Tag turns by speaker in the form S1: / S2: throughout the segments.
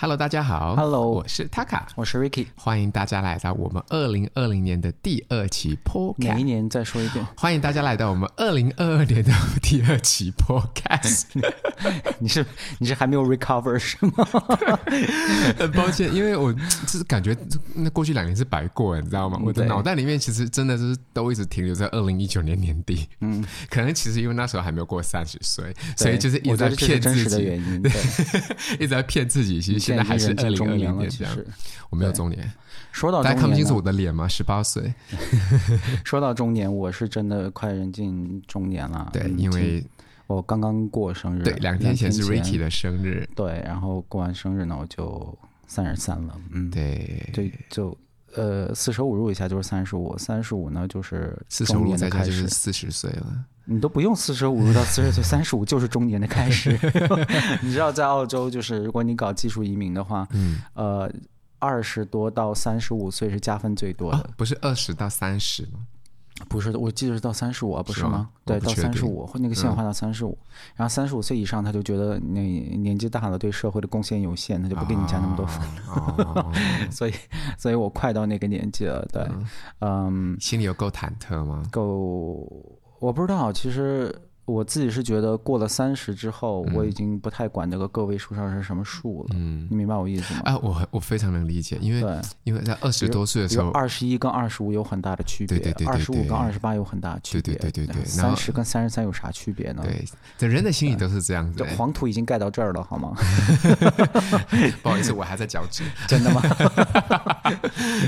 S1: Hello，大家好
S2: Hello
S1: 我是 Taka，
S2: 我是 Ricky，
S1: 欢迎大家来到我们二零二零年的第二期 Podcast
S2: 哪。一年再说一遍？
S1: 欢迎大家来到我们二零二二年的第二期 Podcast。
S2: 你是你是还没有 recover 是吗？
S1: 很抱歉，因为我就是感觉那过去两年是白过了，你知道吗？我的
S2: 嗯对
S1: 脑袋里面其实真的就是都一直停留在二零一九年年底。嗯，可能其实因为那时候还没有过三十岁，所以就是一直
S2: 我觉
S1: 在
S2: 得这是
S1: 骗
S2: 真
S1: 自
S2: 实的
S1: 己，
S2: 原因。对，
S1: 一直在骗自己。其实
S2: 你
S1: 现
S2: 在
S1: 在还是
S2: 已经
S1: 二
S2: 人
S1: 零
S2: 至
S1: 二
S2: 中年
S1: 零
S2: 了，哦
S1: 年
S2: 其
S1: 这样
S2: 实。
S1: 我没有中年，
S2: 说到
S1: 大家
S2: 中
S1: 看不
S2: 年
S1: 清楚
S2: 呢，
S1: 我的脸吗？十八岁。
S2: 说到中年，我是真的快人近中年了。
S1: 对，
S2: 嗯
S1: 因
S2: 今
S1: 为
S2: 我刚刚过生日，
S1: 对两天
S2: 天
S1: 前是 Ricky 的生日，
S2: 对，然后过完生日呢，我就三十三了。嗯，
S1: 对，
S2: 对，就呃四舍五入一下就是三十五，三十五呢就是
S1: 四十
S2: 中
S1: 五
S2: 年的
S1: 在家
S2: 开
S1: 就
S2: 始
S1: 是。四十岁了。
S2: 你都不用四舍五入到四十岁，三十五就是中年的 开始。你知道，在澳洲，就是如果你搞技术移民的话，
S1: 嗯，
S2: 呃，二十多到三十五岁是加分最多的，
S1: 啊，不是二十到三十吗？
S2: 不是的，我记得是到三十五啊，不
S1: 是
S2: 是
S1: 吗
S2: 吗？
S1: 我
S2: 对，
S1: 不
S2: 到
S1: 确
S2: 三十
S1: 定嗯
S2: 五，那个线划到三十五，然后三十五岁以上，他就觉得你年纪大了，对社会的贡献有限，他就不给你加那么多分。
S1: 哦， 哦
S2: 所以，所以我快到那个年纪了，对，嗯，
S1: 心里有够忐忑吗？
S2: 够，我不知道，其实。我自己是觉得过了三十之后，我已经不太管这个个位数上是什么数了，
S1: 嗯，
S2: 你明白我意思吗？
S1: 啊，我很我非常能理解，因为
S2: 对，啊
S1: 因为在二十
S2: 比如
S1: 多岁的时候，
S2: 二十一跟二十五有很大的区别，
S1: 对对对对
S2: 二十五
S1: 对
S2: 跟二十八有很大的区
S1: 对
S2: 别，
S1: 对对对对然后
S2: 三十跟三十三有啥区别呢？
S1: 对，
S2: 啊
S1: 这人的心理都是这样子
S2: 这。黄土已经盖到这儿了，好吗？
S1: 不好意思，我还在脚趾。
S2: 真的吗？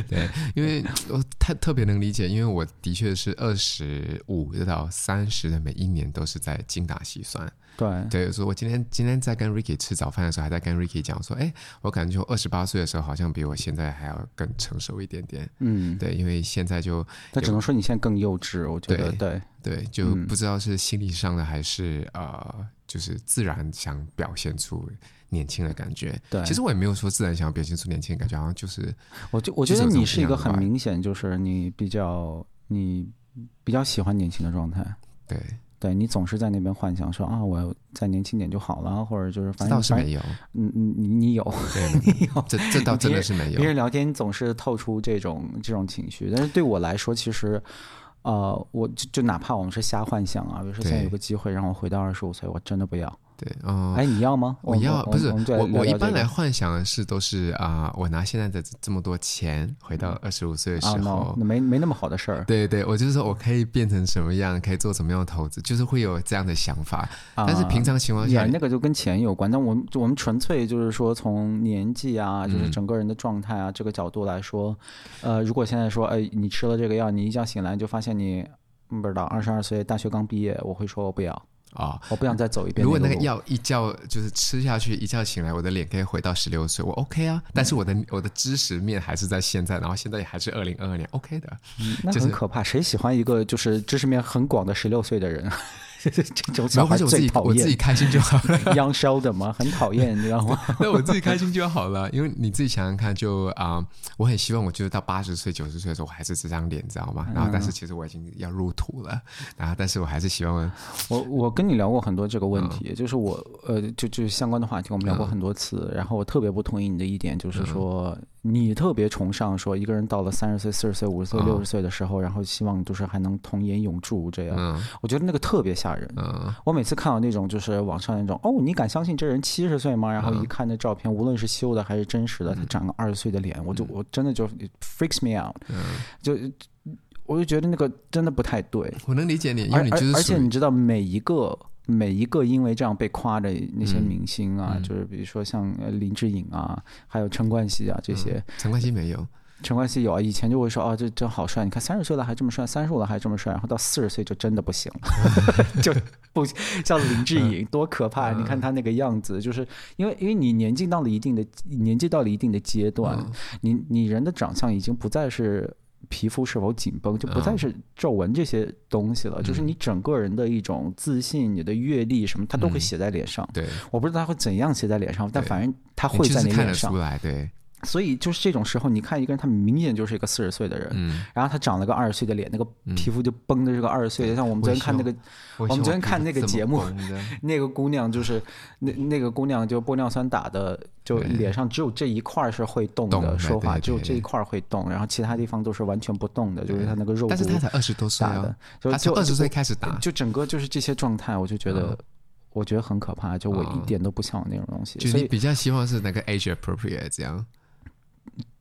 S1: 对，因为我太特别能理解，因为我的确是二十五到三十的每一年都是在精打细算。
S2: 对，
S1: 对，所以我今天今天在跟 Ricky 吃早饭的时候，还在跟 Ricky 讲说，哎，我感觉我二十八岁的时候，好像比我现在还要更成熟一点点。
S2: 嗯，
S1: 对，因为现在就
S2: 那只能说你现在更幼稚，我觉得
S1: 对
S2: 对
S1: 对，就
S2: 嗯
S1: 不知道是心理上的还是呃，就是自然想表现出年轻的感觉。
S2: 对。
S1: 其实我也没有说自然想要表现出年轻的感觉，好像就是
S2: 我就我
S1: 其
S2: 觉
S1: 实
S2: 得
S1: 有这种
S2: 你是一个
S1: 不一样的
S2: 很
S1: 吧
S2: 明显，就是你比较你比较喜欢年轻的状态。
S1: 对，
S2: 对你总是在那边幻想说啊，我再年轻点就好了，或者就是
S1: 这
S2: 反正
S1: 倒是
S2: 反正
S1: 没有，
S2: 嗯嗯，你你有，
S1: 对，这这倒真的是没
S2: 别
S1: 有。
S2: 人聊天总是透出这种这种情绪，但是对我来说，其实，呃，我就就哪怕我们是瞎幻想啊，比如说现在
S1: 对
S2: 有个机会让我回到二十五岁，我真的不要。
S1: 对，嗯、
S2: 哎，你要吗？
S1: 我要
S2: 们
S1: 不是
S2: 们就
S1: 我
S2: 聊
S1: 我一
S2: 聊
S1: 般
S2: 这个
S1: 来幻想的是都是啊、我拿现在的这么多钱回到二十五岁的时
S2: 啊，no，
S1: 候，
S2: 那没没那么好的事儿。
S1: 对对，我就是说我可以变成什么样，可以做什么样的投资，就是会有这样的想法。但是
S2: 啊
S1: 平常情况
S2: 也
S1: 下，
S2: 那个就跟钱有关，但我们我们纯粹就是说从年纪啊，
S1: 嗯
S2: 就是整个人的状态啊、这个角度来说，呃，如果现在说，哎，你吃了这个药，你一觉醒来你就发现你嗯不知道二十二岁大学刚毕业，我会说我不要，
S1: 啊、
S2: 我不想再走一遍。
S1: 如果那
S2: 那
S1: 个
S2: 路
S1: 药一觉就是吃下去，一觉醒来，我的脸可以回到十六岁，我 OK
S2: 嗯
S1: 啊。但是我的、我的知识面还是在现在，然后现在也还是二零二二年，OK 的。
S2: 嗯那
S1: 就是
S2: 很可怕，谁喜欢一个就是知识面很广的十六岁的人？ 这种
S1: 然
S2: 小
S1: 后或
S2: 孩
S1: 者我自
S2: 最
S1: 己
S2: 讨
S1: 我自己
S2: 厌。
S1: 开心就好了。
S2: Young Sheldon 嘛，很讨厌，你知道吗？
S1: 那我自己开心就好了，因为你自己想想看就，啊，我很希望我就是到八十岁、九十岁的时候，我还是这张脸，你知道
S2: 嗯
S1: 吗？然后，但是其实我已经要入土了，然后，但是我还是希望，
S2: 我我跟你聊过很多这个
S1: 嗯
S2: 问题，就是我呃，就就相关的话题，我们聊过很多次。然后我特别不同意你的一点，
S1: 嗯
S2: 就是说你特别崇尚说一个人到了三十岁、四十岁、五十岁、
S1: 嗯
S2: 六十岁的时候，然后希望就是还能童颜永驻这样。
S1: 嗯
S2: 我觉得那个特别吓人。
S1: 嗯，
S2: 我每次看到那种就是网上那种哦，你敢相信这人七十岁吗？然后
S1: 嗯
S2: 一看那照片，无论是修的还是真实的，他长个二十岁的脸，我
S1: 嗯
S2: 就我真的就 it freaks me out，就我就觉得那个真的不太对。
S1: 我能理解你，因
S2: 而
S1: 为你就
S2: 而而
S1: 是
S2: 且
S1: 属于
S2: 你知道每一个每一个因为这样被夸的那些明星啊，
S1: 嗯
S2: 就是比如说像呃林志颖啊，还有陈冠希啊这些，
S1: 陈冠希没有，
S2: 陈冠希有啊，以前就会说啊，这真好帅，你看三十岁了还这么帅，三十五了还这么帅，然后到四十岁就真的不行 了，就不像林志
S1: 嗯
S2: 颖多可怕！你看他那个样子，就是因为因为你年纪到了一定的年纪到了一定的阶段，
S1: 嗯
S2: 你你人的长相已经不再是。皮肤是否紧绷，就不
S1: 嗯
S2: 再是皱纹这些东西了，就是你整个人的一种自信、你的阅历什么，它都会写在脸上。
S1: 对，
S2: 我不知道他会怎样写在脸上，但
S1: 嗯对
S2: 反正他
S1: 你
S2: 会
S1: 就
S2: 在
S1: 是
S2: 你
S1: 看
S2: 脸
S1: 得
S2: 上
S1: 出。来，对，
S2: 所以就是这种时候，你看一个人，他明显就是一个四十岁的人，
S1: 嗯，
S2: 然后他长了个二十岁的脸，那个皮肤就绷的这个二十岁的。像我们昨天看那个，
S1: 我
S2: 我们
S1: 希望
S2: 昨天看
S1: 不
S2: 那个
S1: 这么
S2: 节目
S1: 疯的
S2: 那个姑娘就是那那个姑娘就玻尿酸打的，就
S1: 对
S2: 脸上只有这一块儿是会动
S1: 动
S2: 的，
S1: 的
S2: 说话
S1: 对对
S2: 只有这
S1: 对
S2: 一块儿会动，然后其他地方都是完全不动的，就是她那个肉
S1: 但是
S2: 骨
S1: 他才二十多岁
S2: 打
S1: 哦
S2: 的，，就
S1: 他从
S2: 就
S1: 二十岁开始打，
S2: 就整个就是这些状态，我就觉得。我觉得很可怕，就我一
S1: 嗯
S2: 点都不像我那种东西，
S1: 就
S2: 所以
S1: 你比较希望是那个 age appropriate 这样，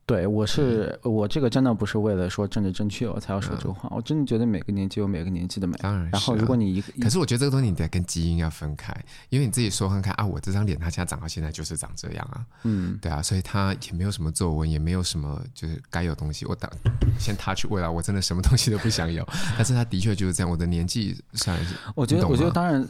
S2: 对，我是
S1: 嗯
S2: 我这个真的不是为了说政治正确我才要说这个话，我真的觉得每个年纪有每个年纪的美。
S1: 当然
S2: 然后
S1: 是
S2: 如果
S1: 啊
S2: 你一个一
S1: 可是我觉得这个东西你得跟基因要分开，因为你自己说看看啊，我这张脸它现在长到现在就是长这样啊，
S2: 嗯
S1: 对啊，所以它也没有什么皱纹，也没有什么就是该有东西。我打先 touch 未来，我真的什么东西都不想 有，但是它的确就是这样。我的年纪算是，
S2: 我觉
S1: 你
S2: 得
S1: 懂
S2: 我觉得
S1: 吗
S2: 当然，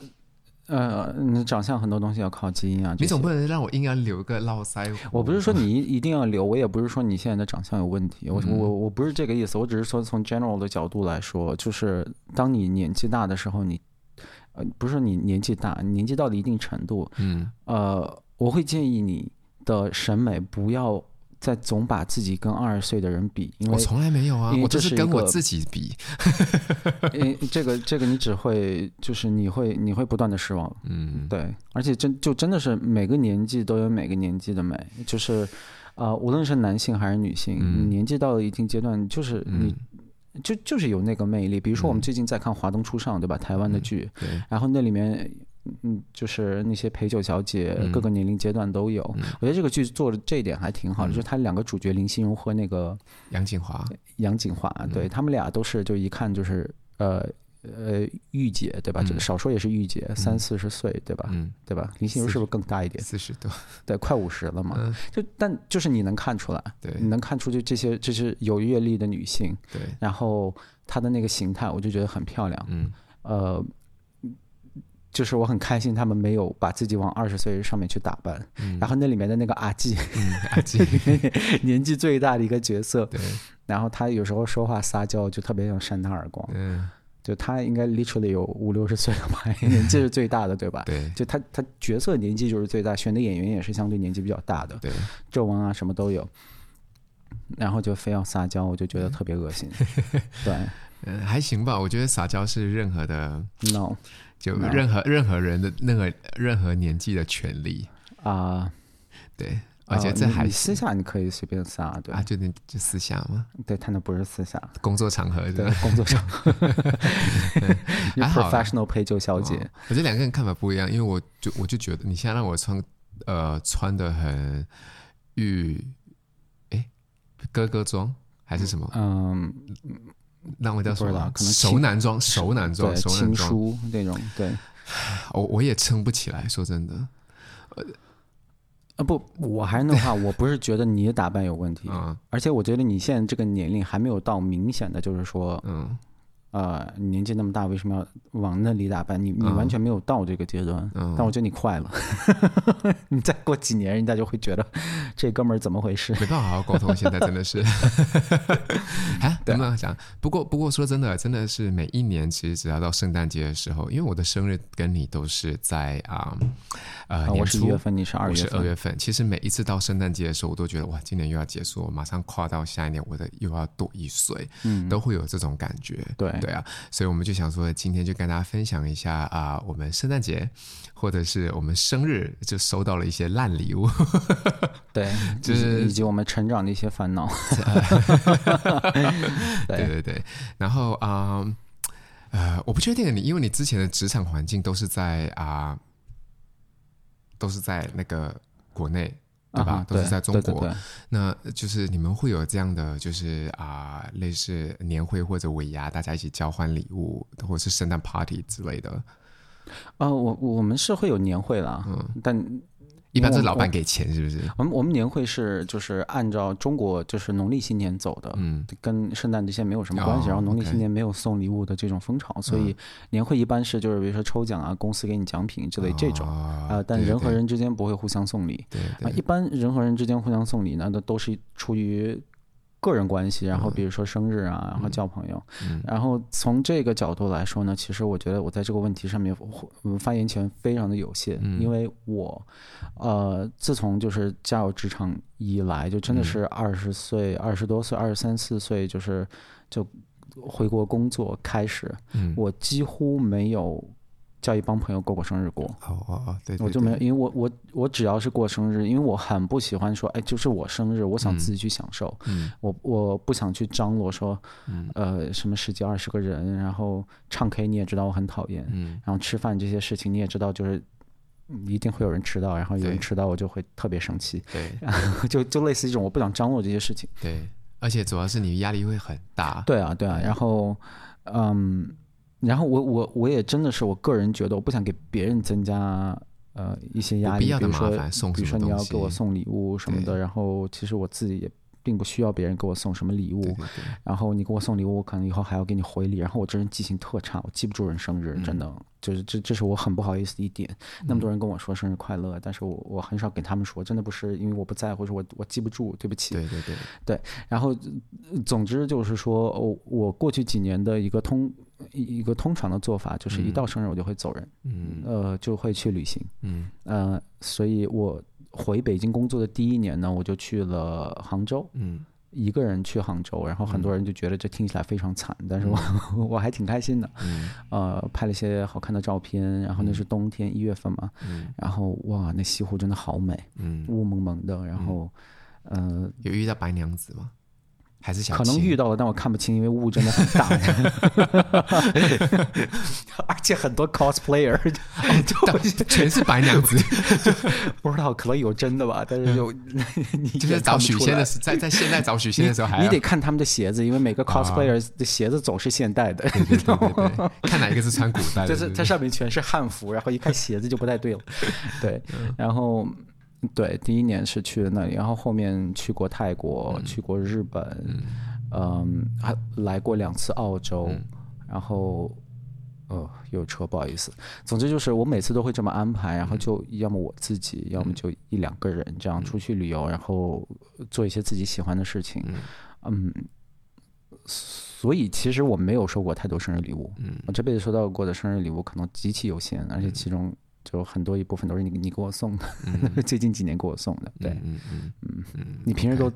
S2: 呃，你长相很多东西要靠基因啊。
S1: 你
S2: 这
S1: 总
S2: 些
S1: 不能让我硬要留个络腮胡。
S2: 我不是说你一一定要留，我也不是说你现在的长相有问题，我
S1: 嗯
S2: 我我不是这个意思，我只是说从 general 的角度来说，就是当你年纪大的时候，你呃不是你年纪大，你年纪到了一定程度，
S1: 嗯，
S2: 呃，我会建议你的审美不要再总把自己跟二十岁的人比，因
S1: 我
S2: 为
S1: 从来没有啊
S2: 因，为
S1: 我就
S2: 这是
S1: 是
S2: 一
S1: 跟我
S2: 个
S1: 自己比。
S2: 因为这个这个你只会就是你会你会不断的失望，
S1: 嗯，
S2: 对，而且真就真的是每个年纪都有每个年纪的美，就是呃，无论是男性还是女性，
S1: 嗯
S2: 年纪到了一定阶段，就是你、就就是有那个魅力。比如说我
S1: 嗯
S2: 们最近在看《华灯初上》，对吧？台湾的剧，
S1: 对，
S2: 然后那里面，嗯，就是那些陪酒小姐，各
S1: 嗯
S2: 个年龄阶段都有。我觉得这个剧做的这一点还挺好的，就是它两个主角林心如和那个
S1: 杨锦华，
S2: 杨锦华，
S1: 嗯
S2: 对他们俩都是就一看就是呃呃御姐，对吧？这少说也是御姐，三四十岁，对吧？
S1: 嗯，
S2: 对吧？林心如是不是更大一点？
S1: 四十多，
S2: 对，快五十了嘛。
S1: 嗯
S2: 就但就是你能看出来，
S1: 对
S2: 你能看出就这些这是有阅历的女性，
S1: 对，
S2: 然后她的那个形态，我就觉得很漂亮。
S1: 嗯
S2: 呃，就是我很开心他们没有把自己往二十岁上面去打扮。然后那里面的那个阿纪，
S1: 嗯，阿基，
S2: 年纪最大的一个角色，
S1: 对，
S2: 然后她有时候说话撒娇，就特别想扇她耳光。
S1: 嗯，
S2: 就她应该 literally 有五六十岁了吧， 年纪是最大的，对吧？
S1: 对
S2: 就她她角色年纪就是最大，选的演员也是相对年纪比较大的。
S1: 对，
S2: 皱纹啊什么都有，然后就非要撒娇，我就觉得特别恶 心。对
S1: 嗯，还行吧。我觉得撒娇是任何的，
S2: ，no
S1: 就
S2: No
S1: 任何任何人的任何任何年纪的权利。
S2: 啊、
S1: 对，而且这
S2: 呃你
S1: 还
S2: 你
S1: 是
S2: 私下你可以随便撒，对
S1: 啊，就那就私下嘛，
S2: 对，他那不是私下，
S1: 工作场合
S2: 对
S1: 的。，
S2: 工作上你
S1: 还好啦
S2: professional 陪酒小姐，
S1: 哦我觉得两个人看法不一样，因为我就我就觉得你现在让我穿呃穿的很玉，哎，哥哥装还是什么？
S2: 嗯，
S1: 让我叫什
S2: 不知
S1: 么
S2: 道？可能
S1: 熟
S2: 亲
S1: 男装，熟男装，
S2: 对，
S1: 熟男
S2: 情
S1: 装。
S2: 书那种，对，
S1: 我我也撑不起来，说真的。
S2: 啊不，我还是那话，我不是觉得你的打扮有问题，
S1: 嗯
S2: 而且我觉得你现在这个年龄还没有到明显的，就是说，
S1: 嗯
S2: 呃，你年纪那么大，为什么要往那里打扮？你你完全没有到这个阶段，
S1: 嗯，
S2: 但我觉得你快了， 你再过几年，人家就会觉得这哥们儿怎么回事？
S1: 没办法好好沟通，现在真的 是，啊，能不能讲？不过不过说真的，真的是每一年，其实只要到圣诞节的时候，因为我的生日跟你都是在啊、呃
S2: 啊，
S1: 年
S2: 我是一月
S1: 初。
S2: 份，你是二
S1: 我
S2: 月
S1: 是二
S2: 份，
S1: 月份，其实每一次到圣诞节的时候，我都觉得哇，今年又要结束，我马上跨到下一年，我的又要多一岁，
S2: 嗯，
S1: 都会有这种感觉。
S2: 对
S1: 对啊，所以我们就想说，今天就跟大家分享一下啊、我们圣诞节或者是我们生日就收到了一些烂礼物，
S2: 对，
S1: 就是
S2: 以及我们成长的一些烦恼，
S1: 对
S2: 对，
S1: 对对，然后啊、嗯呃，我不确定你，因为你之前的职场环境都是在啊、都是在那个国内。对吧？
S2: 啊哈
S1: 都是在中国，
S2: 对对对
S1: 那就是你们会有这样的，就是啊、类似年会或者尾牙，大家一起交换礼物，或者是圣诞 party 之类的。
S2: 呃，我我们是会有年会啦，
S1: 嗯
S2: 但
S1: 一般
S2: 因为
S1: 是
S2: 我
S1: 老板给钱，是不是？
S2: 哦我们我们年会是就是按照中国就是农历新年走的，
S1: 嗯，
S2: 跟圣诞这些没有什么关
S1: 哦
S2: 系。然后农历
S1: OK 嗯
S2: 新年没有送礼物的这种风潮，所以年会一般是就是比如说抽奖啊，公司给你奖品之类这种
S1: 啊
S2: 啊，但
S1: 对
S2: 人和哎人之间不会互相送礼。
S1: 对对
S2: 啊，一般人和人之间互相送礼呢，那都是出于个人关系，然后比如说生日啊，然后交朋友，
S1: 嗯
S2: 然后从这个角度来说呢，其实我觉得我在这个问题上面嗯发言权非常的有限，
S1: 嗯
S2: 因为我呃自从就是加入职场以来，就真的
S1: 嗯
S2: 是二十岁、二十多岁、二十三四岁，就是就回国工作开始，
S1: 嗯，
S2: 我几乎没有叫一帮朋友过过生日过。
S1: 哦哦哦，对，对
S2: 我就没有，
S1: 对
S2: 因为我我我只要是过生日，因为我很不喜欢说，哎，就是我生日，我想自己去享受，
S1: 嗯
S2: 我我不想去张罗说，呃，什么十几二十个人，然后唱 K 你也知道我很讨厌，
S1: 嗯
S2: 然后吃饭这些事情你也知道就是。嗯一定会有人迟到，然后有人
S1: 对
S2: 迟到我就会特别生气，
S1: 对
S2: 就就类似这种，我不想张罗这些事情。
S1: 对，而且主要是你压力会很大，
S2: 对啊，对啊，然后，嗯，然后我我我也真的是我个人觉得，我不想给别人增加呃一些压
S1: 不
S2: 力，
S1: 必要的
S2: 比如
S1: 麻
S2: 说
S1: 烦，送
S2: 比如
S1: 什
S2: 说
S1: 么
S2: 你要
S1: 东西，
S2: 给我送礼物什么的，
S1: 对
S2: 然后其实我自己也并不需要别人给我送什么礼物，
S1: 对对对，
S2: 然后你给我送礼物，我可能以后还要给你回礼，然后我这人记性特差，我记不住人生日，真的。
S1: 嗯
S2: 就是这，这是我很不好意思的一点。那么多人跟我说生日快乐，但是我我很少给他们说，真的不是因为我不在乎，是我我记不住，对不起。
S1: 对对对，
S2: 然后，呃总之就是说，我我过去几年的一个通一一个通常的做法，就是一到生日我就会走人，
S1: 嗯
S2: 呃，就会去旅行，
S1: 嗯
S2: 呃，所以我回北京工作的第一年呢，我就去了杭州，
S1: 嗯
S2: 一个人去杭州，然后很多人就觉得这听起来非常惨，但是我 我还挺开心的，
S1: 嗯
S2: 呃，拍了一些好看的照片，然后那是冬天一月份嘛，
S1: 嗯
S2: 然后哇，那西湖真的好美，
S1: 嗯，
S2: 雾蒙蒙的，然后，呃，
S1: 有遇到白娘子吗？还是小
S2: 可能
S1: 青
S2: 遇到了，但我看不清，因为雾真的很大， 而且很多 cosplayer
S1: 到全是白娘 子，
S2: 不知道可能有真的吧，但是有 你
S1: 就
S2: 一
S1: 是
S2: 眼看
S1: 找
S2: 不
S1: 许
S2: 出
S1: 仙
S2: 来
S1: 的时，在在现代找许仙的时候还
S2: 你
S1: 要
S2: 得看他们的鞋子，因为每个 cosplayer 的鞋子总是现代的，
S1: 对对对对对， 看哪一个是穿古代的，
S2: 就是它上面全是汉服，然后一看鞋子就不太对了。对，然后对，第一年是去了那里，然后后面去过泰国，去过日本，嗯，还来过两次澳洲，然后。哦，又有车，不好意思。总之就是我每次都会这么安排，然后就要么我自己，要么就一两个人这样出去旅游，然后做一些自己喜欢的事情。嗯，所以其实我没有收过太多生日礼物。
S1: 嗯
S2: 我这辈子收到过的生日礼物可能极其有限，而且其中就很多一部分都是你你给我送的， 最近几年给我送的。对、
S1: 嗯嗯嗯嗯，
S2: 你平时都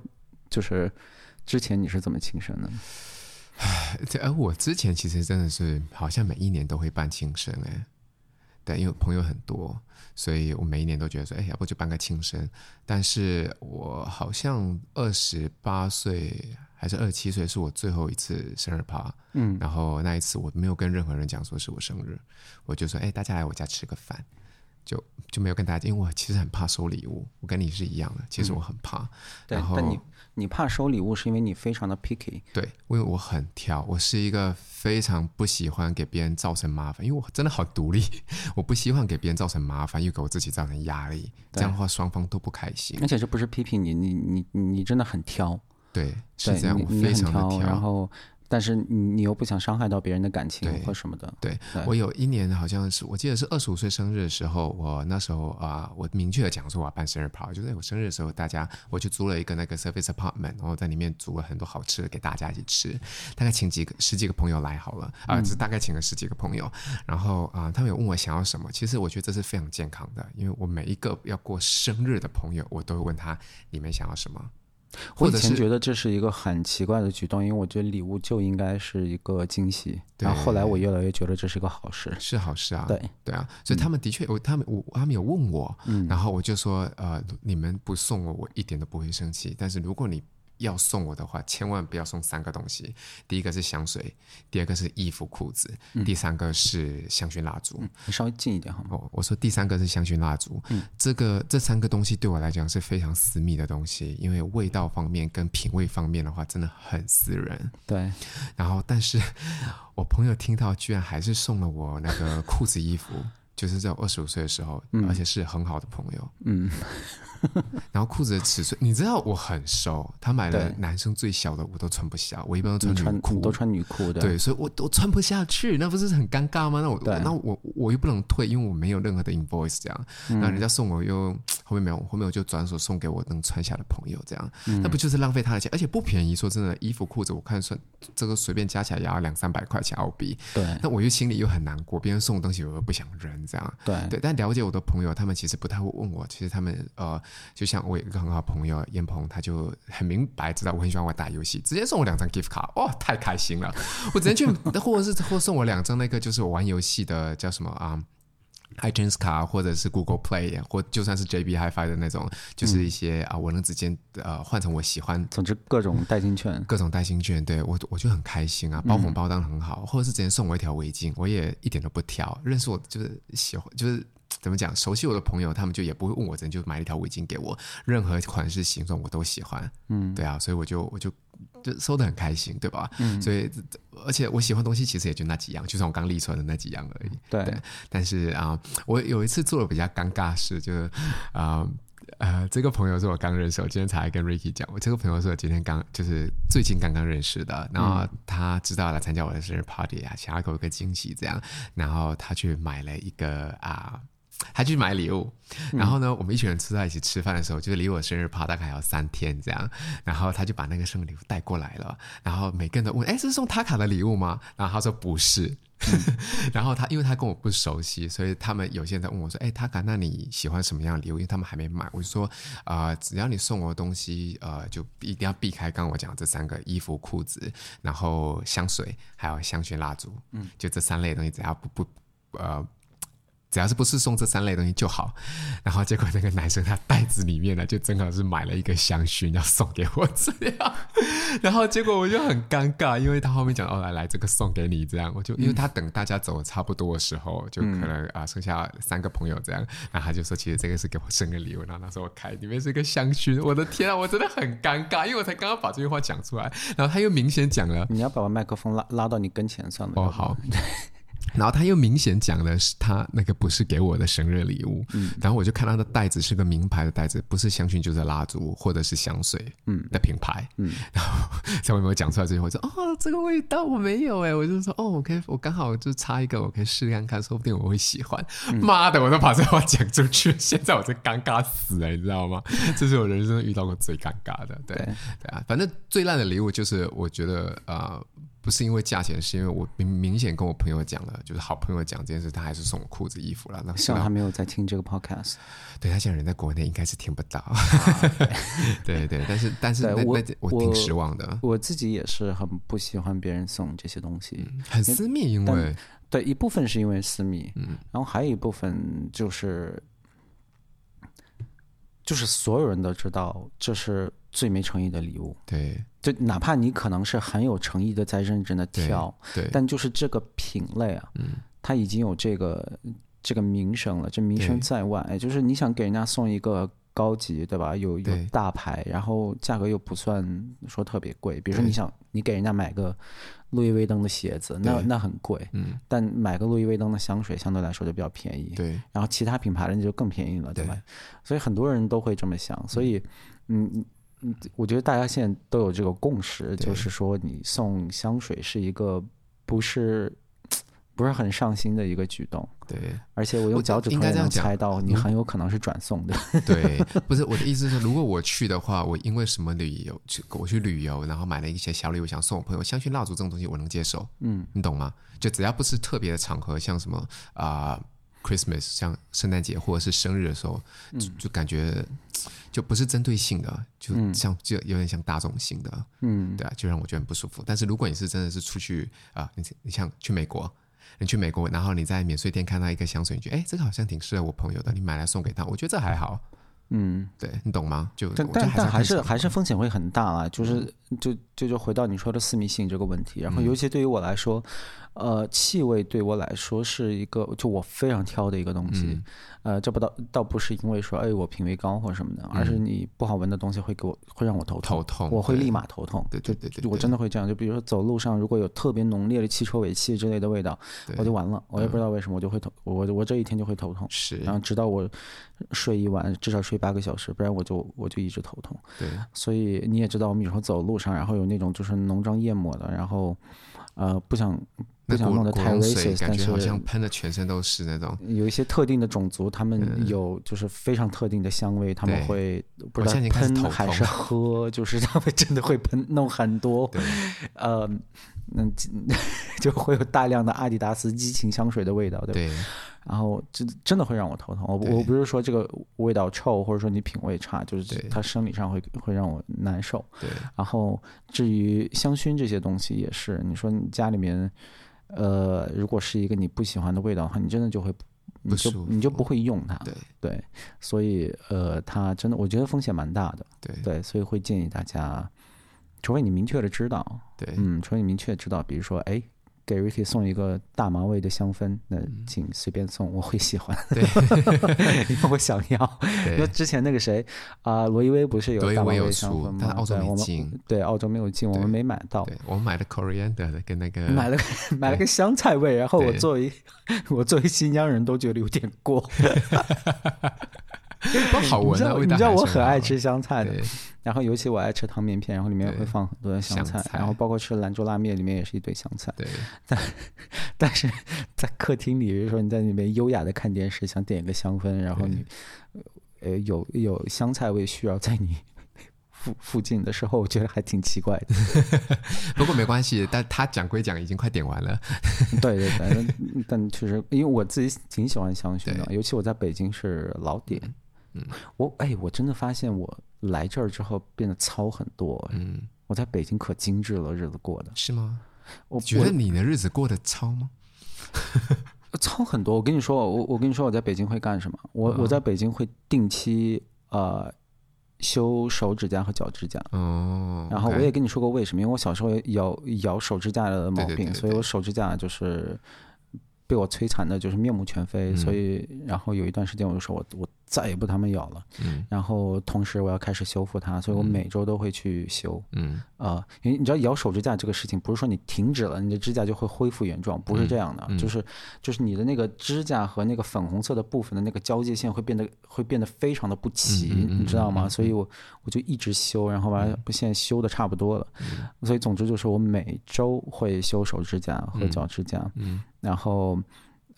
S2: 就是之前你是怎么庆生的？
S1: 这而我之前其实真的是好像每一年都会办庆生哎、对，因为朋友很多，所以我每一年都觉得说，哎、要不就办个庆生。但是我好像二十八岁还是二十七岁是我最后一次生日趴，
S2: 嗯，
S1: 然后那一次我没有跟任何人讲说是我生日，我就说，哎、大家来我家吃个饭。就就没有跟大家，因为我其实很怕收礼物，我跟你是一样的，其实我很怕。
S2: 对
S1: 然，后
S2: 但你你怕收礼物是因为你非常的 picky。
S1: 对，因为我很挑，我是一个非常不喜欢给别人造成麻烦，因为我真的好独立， 我不希望给别人造成麻烦，又给我自己造成压力，这样的话双方都不开心
S2: 而。且这不是批评你，你你你你真的很挑，
S1: 对，
S2: 对，
S1: 是这样，
S2: 你
S1: 我
S2: 你
S1: 非
S2: 很
S1: 常的
S2: 挑，然
S1: 挑。
S2: 后但是你你又不想伤害到别人的感情
S1: 对
S2: 或什么的，
S1: 对
S2: 对
S1: 我有一年好像是，我记得是二十五岁生日的时候，我那时候啊、我明确的讲说我要办生日 party，就是我生日的时候，大家我去租了一个那个 service apartment，然后在里面煮了很多好吃的给大家一起吃，大概请几个十几个朋友来好了啊、只大概请了十几个朋友，然后啊、他们有问我想要什么，其实我觉得这是非常健康的，因为我每一个要过生日的朋友，我都会问他你们想要什么，
S2: 我
S1: 或
S2: 以
S1: 者
S2: 前
S1: 是
S2: 觉得这是一个很奇怪的举动，因为我觉得礼物就应该是一个惊喜。然后后来我越来越觉得这是一个好事。
S1: 是好事啊，
S2: 对，
S1: 对啊，所以他们的确，有，他们我他们有问我，然后我就说，呃，你们不送我，我一点都不会生气。但是如果你要送我的话，千万不要送三个东西。第一个是香水，第二个是衣服裤子，第三个是香薰蜡烛。
S2: 你稍微近一点好吗？
S1: 哦，我说第三个是香薰蜡烛，这个这三个东西对我来讲是非常私密的东西，因为味道方面跟品味方面的话，真的很私人。
S2: 对，
S1: 然后，但是我朋友听到，居然还是送了我那个裤子、衣服，就是在我二十五岁的时候，而且是很好的朋友。
S2: 嗯，
S1: 然后裤子的尺寸，你知道我很瘦，他买了
S2: 对
S1: 男生最小的，我都穿不下，我一般
S2: 你
S1: 都穿
S2: 穿
S1: 女
S2: 你
S1: 裤。
S2: 都穿女裤的。
S1: 对，所以我我穿不下去，那不是很尴尬吗？那我
S2: 对嗯
S1: 那我我又不能退，因为我没有任何的 invoice 这样，然后人家送我又后面没有，后面我就转手送给我能穿下的朋友，这样，
S2: 嗯
S1: 那不就是浪费他的钱？而且不便宜，说真的，衣服裤子我看算这个随便加起来也要两三百块钱澳币，
S2: 对
S1: 那我又心里又很难过，别人送我东西我又不想扔，这样，
S2: 对
S1: 对，但了解我的朋友，他们其实不太会问我。其实他们呃，就像我有一个很好的朋友燕鹏，他就很明白知道我很喜欢玩打游戏，直接送我两张 gift 卡，哦，太开心了！ 我直接去，或者是或送我两张那个就是我玩游戏的叫什么啊？iTunes 卡或者是 Google Play 或就算是 JB HiFi 的那种，就是一些啊、我能直接呃换成我喜欢
S2: 总之各种代金 券，
S1: 各种代金券，对我我就很开心啊，包红包当然很好，或者是直接送我一条围巾，我也一点都不挑。认识我就是喜欢，就是怎么讲，熟悉我的朋友，他们就也不会问我，直接就买了一条围巾给我，任何款式形状我都喜欢。嗯，对啊，所以我就我就就收的很开心，对吧？嗯，所以而且我喜欢的东西其实也就那几样，就像我刚列出来的那几样而已。
S2: 对，
S1: 但是啊、我有一次做了比较尴尬的事，就是啊。呃，这个朋友是我刚认识，我今天才跟 Ricky 讲，我这个朋友是我今天刚就是最近刚刚认识的，然后他知道来参加我的生日 party 啊，想要给我一个惊喜这样，然后他去买了一个啊。他去买礼物，然后呢，我们一群人吃在一起吃饭的时候，就是离我生日趴大概还有三天这样，然后他就把那个生日礼物带过来了，然后每个人都问，哎，这是送塔卡的礼物吗？然后他说不是，然后他因为他跟我不熟悉，所以他们有些人在问我说：“哎，塔卡，那你喜欢什么样的礼物？”因为他们还没买，我就说：“啊，只要你送我东西，呃，就一定要避开刚刚我讲的这三个衣服、裤子，然后香水，还有香薰蜡烛，嗯，就这三类东西，只要不不呃。”只要是不是送这三类东西就好，然后结果那个男生他袋子里面呢，就正好是买了一个香薰要送给我这样，然后结果我就很尴尬，因为他后面讲哦来来这个送给你这样，我就因为他等大家走得差不多的时候，就可能啊、剩下三个朋友这样，然后他就说其实这个是给我生日礼物，然后那时候我开里面是一个香薰，我的天啊，我真的很尴尬，因为我才刚刚把这句话讲出来，然后他又明显讲了。
S2: 你要把麦克风拉拉到你跟前算了。
S1: 哦，好。 然后他又明显讲的是他那个不是给我的生日礼物，然后我就看他的袋子是个名牌的袋子，不是香薰就是蜡烛或者是香水，嗯的品牌，嗯，然后小妹妹讲出来之后，我说哦这个味道我没有哎，我就说哦我可以我刚好就插一个我可以试看看，说不定我会喜欢。妈的，我都把这话讲出去，现在我真尴尬死了，你知道吗？ 这是我人生遇到过最尴尬的，对对啊，反正最烂的礼物就是我觉得呃。不是因为价钱，是因为我明明显跟我朋友讲了，就是好朋友讲这件事，他还是送我裤子、衣服了。那
S2: 希望他没有在听这个 podcast。
S1: 对他现在人在国内应该是听不到， 对对，但是但是
S2: 啊对
S1: 那
S2: 我
S1: 那我
S2: 我
S1: 挺失望的，
S2: 我自己也是很不喜欢别人送这些东西，
S1: 嗯很私密，因为
S2: 对，一部分是因为私密，嗯，然后还有一部分就是，就是所有人都知道这是最没诚意的礼物，
S1: 对
S2: 就哪怕你可能是很有诚意的在认真的
S1: 对
S2: 挑，
S1: 对嗯
S2: 但就是这个品类啊，它已经有这个这个名声了，这名声
S1: 对
S2: 在外，哎就是你想给人家送一个高级，对吧？有有
S1: 对
S2: 大牌，然后价格又不算说特别贵，比如说你
S1: 对
S2: 想你给人家买个路易威登的鞋子，那
S1: 对
S2: 那很贵，
S1: 嗯
S2: 但买个路易威登的香水相对来说就比较便宜，
S1: 对
S2: 然后其他品牌的那就更便宜了，对吧
S1: 对？
S2: 所以很多人都会这么想，所以，嗯嗯嗯，我觉得大家现在都有这个共识，
S1: 对
S2: 就是说你送香水是一个不是不是很上心的一个举动，
S1: 对。
S2: 而且我用
S1: 我
S2: 脚趾
S1: 应
S2: 头
S1: 该
S2: 也
S1: 这样
S2: 能
S1: 讲嗯
S2: 猜到你很有可能是转送的，
S1: 对，不是我的意思是，如果我去的话，我因为什么理由去我去旅游，然后买了一些小礼物想送我朋友，香薰蜡烛这种东西我能接受，嗯，你懂吗？就只要不是特别的场合，像什么啊、Christmas，像圣诞节或者是生日的时候，就就感觉就不是针对性的，就像就有点像大众性的，嗯，对啊，就让我觉得很不舒服。但是如果你是真的是出去啊、你你像去美国，你去美国，然后你在免税店看到一个香水，你觉得哎，这个好像挺适合我朋友的，你买来送给他，我觉得这还好。嗯，对你懂吗？就
S2: 但
S1: 我觉得
S2: 但但
S1: 要
S2: 还
S1: 看
S2: 是
S1: 情
S2: 还是风险会很大啊，就是
S1: 嗯
S2: 就就就回到你说的私密性这个问题，然后尤其对于我来说，呃，气味对我来说是一个就我非常挑的一个东西，
S1: 嗯
S2: 呃，这不倒倒不是因为说哎我品味高或什么的，而是你不好闻的东西会给我会让我头痛，
S1: 嗯头痛，
S2: 我会
S1: 对
S2: 立马头痛，
S1: 对对对对
S2: 我
S1: 对
S2: 真的会这样，就比如说走路上如果有特别浓烈的汽车尾气之类的味道，我就完了，我也
S1: 嗯
S2: 不知道为什么我就会头，我我这一天就会头痛。
S1: 是
S2: 然后直到我睡一晚，至少睡八个小时，不然我就我就一直头痛。
S1: 对
S2: 所以你也知道，我们有时候走路上，然后有那种就是浓妆艳抹的，然后呃不想
S1: 那
S2: 想弄
S1: 果
S2: 得
S1: 果
S2: 太
S1: 冻水
S2: racist，
S1: 感
S2: 但
S1: 觉
S2: 是
S1: 好像喷的全身都是那种，
S2: 有一些特定的种族，他们有就是非常特定的香味，他们
S1: 呃对
S2: 会
S1: 我
S2: 不知道
S1: 现在已经开始头
S2: 喷还是喝，就是他们真的会喷弄很多，
S1: 对，
S2: 呃，嗯， 就会有大量的阿迪达斯激情香水的味 道，对吧？
S1: 对，
S2: 然后真真的会让我头疼。我不
S1: 对
S2: 我不是说这个味道臭，或者说你品味差，就是
S1: 对
S2: 它生理上会会让我难受。
S1: 对，
S2: 然后至于香薰这些东西也是，你说你家里面，呃，如果是一个你不喜欢的味道的话，你真的就会不你
S1: 不
S2: 就
S1: 舒
S2: 你就
S1: 服
S2: 不会用它。
S1: 对
S2: 对，所以呃，它真的我觉得风险蛮大的。
S1: 对，
S2: 对，所以会建议大家，除非你明确的知道，
S1: 对，
S2: 嗯，除非你明确知道，比如说，哎，给 Ricky 送一个大麻味的香氛，那请随便送，我会喜欢，
S1: 嗯对
S2: 因为我想要。 因为
S1: 对，
S2: 之前那个谁啊、罗意威不是有
S1: 罗意
S2: 大麻
S1: 威有
S2: 味香
S1: 出
S2: 氛吗？
S1: 但是澳洲
S2: 对
S1: 没
S2: 我们
S1: 进
S2: 对，澳洲没有进，我们
S1: 对
S2: 没买到。
S1: 对，我买了 coriander 的跟那个，
S2: 买了个买了个香菜味，然后我
S1: 对
S2: 作为我作为新疆人都觉得有点过，
S1: 不 好
S2: 你
S1: 闻
S2: 知
S1: 啊，
S2: 道
S1: 味
S2: 你
S1: 道
S2: 知道
S1: 还
S2: 我
S1: 是
S2: 很爱
S1: 好
S2: 吃香菜的，
S1: 对
S2: 然后尤其我爱吃汤面片，然后里面
S1: 对
S2: 会放很多的香
S1: 香
S2: 菜，
S1: 菜
S2: 然后包括吃兰州拉面里面也是一堆香菜。
S1: 对
S2: 但是在客厅里，比如说你在那边优雅的看电视，想点一个香氛，然后你呃有有香菜味需要在你附附近的时候，我觉得还挺奇怪 的。
S1: 不过没关系，但他讲归讲，已经快点完了。
S2: 对对对，但嗯但确实，因为我自己挺喜欢香薰的，尤其我在北京是老点。
S1: 嗯
S2: 我哎，我真的发现我来这儿之后变得糙很多。
S1: 嗯，
S2: 我在北京可精致了，日子过的。
S1: 是吗？
S2: 我
S1: 觉得你的日子过得超吗？
S2: 超呃很多。我跟你说，我我跟你说，我在北京会干什么？我
S1: 嗯
S2: 我在北京会定期呃修手指甲和脚趾甲。
S1: 哦，
S2: 然后
S1: OK
S2: 我也跟你说过为什么，因为我小时候咬咬手指甲的毛
S1: 对对对
S2: 病，
S1: 对
S2: 所以我手指甲就是被我摧残的，就是面目全
S1: 嗯
S2: 非。所以，然后有一段时间我就说我我再也不他们咬了。
S1: 嗯
S2: 然后同时我要开始修复它，所以我每周都会去修。
S1: 嗯
S2: 啊，因为你知道咬手指甲这个事情，不是说你停止了，你的指甲就会恢复原状，不
S1: 嗯
S2: 是这样的，就是就是你的那个指甲和那个粉红色的部分的那个交界线会变得会变得非常的不齐，
S1: 嗯嗯嗯
S2: 你知道吗？所以我我就一直修，然后完了现在修的差不多了，
S1: 嗯
S2: 所以总之就是我每周会修手指甲和脚指甲，
S1: 嗯
S2: 然后。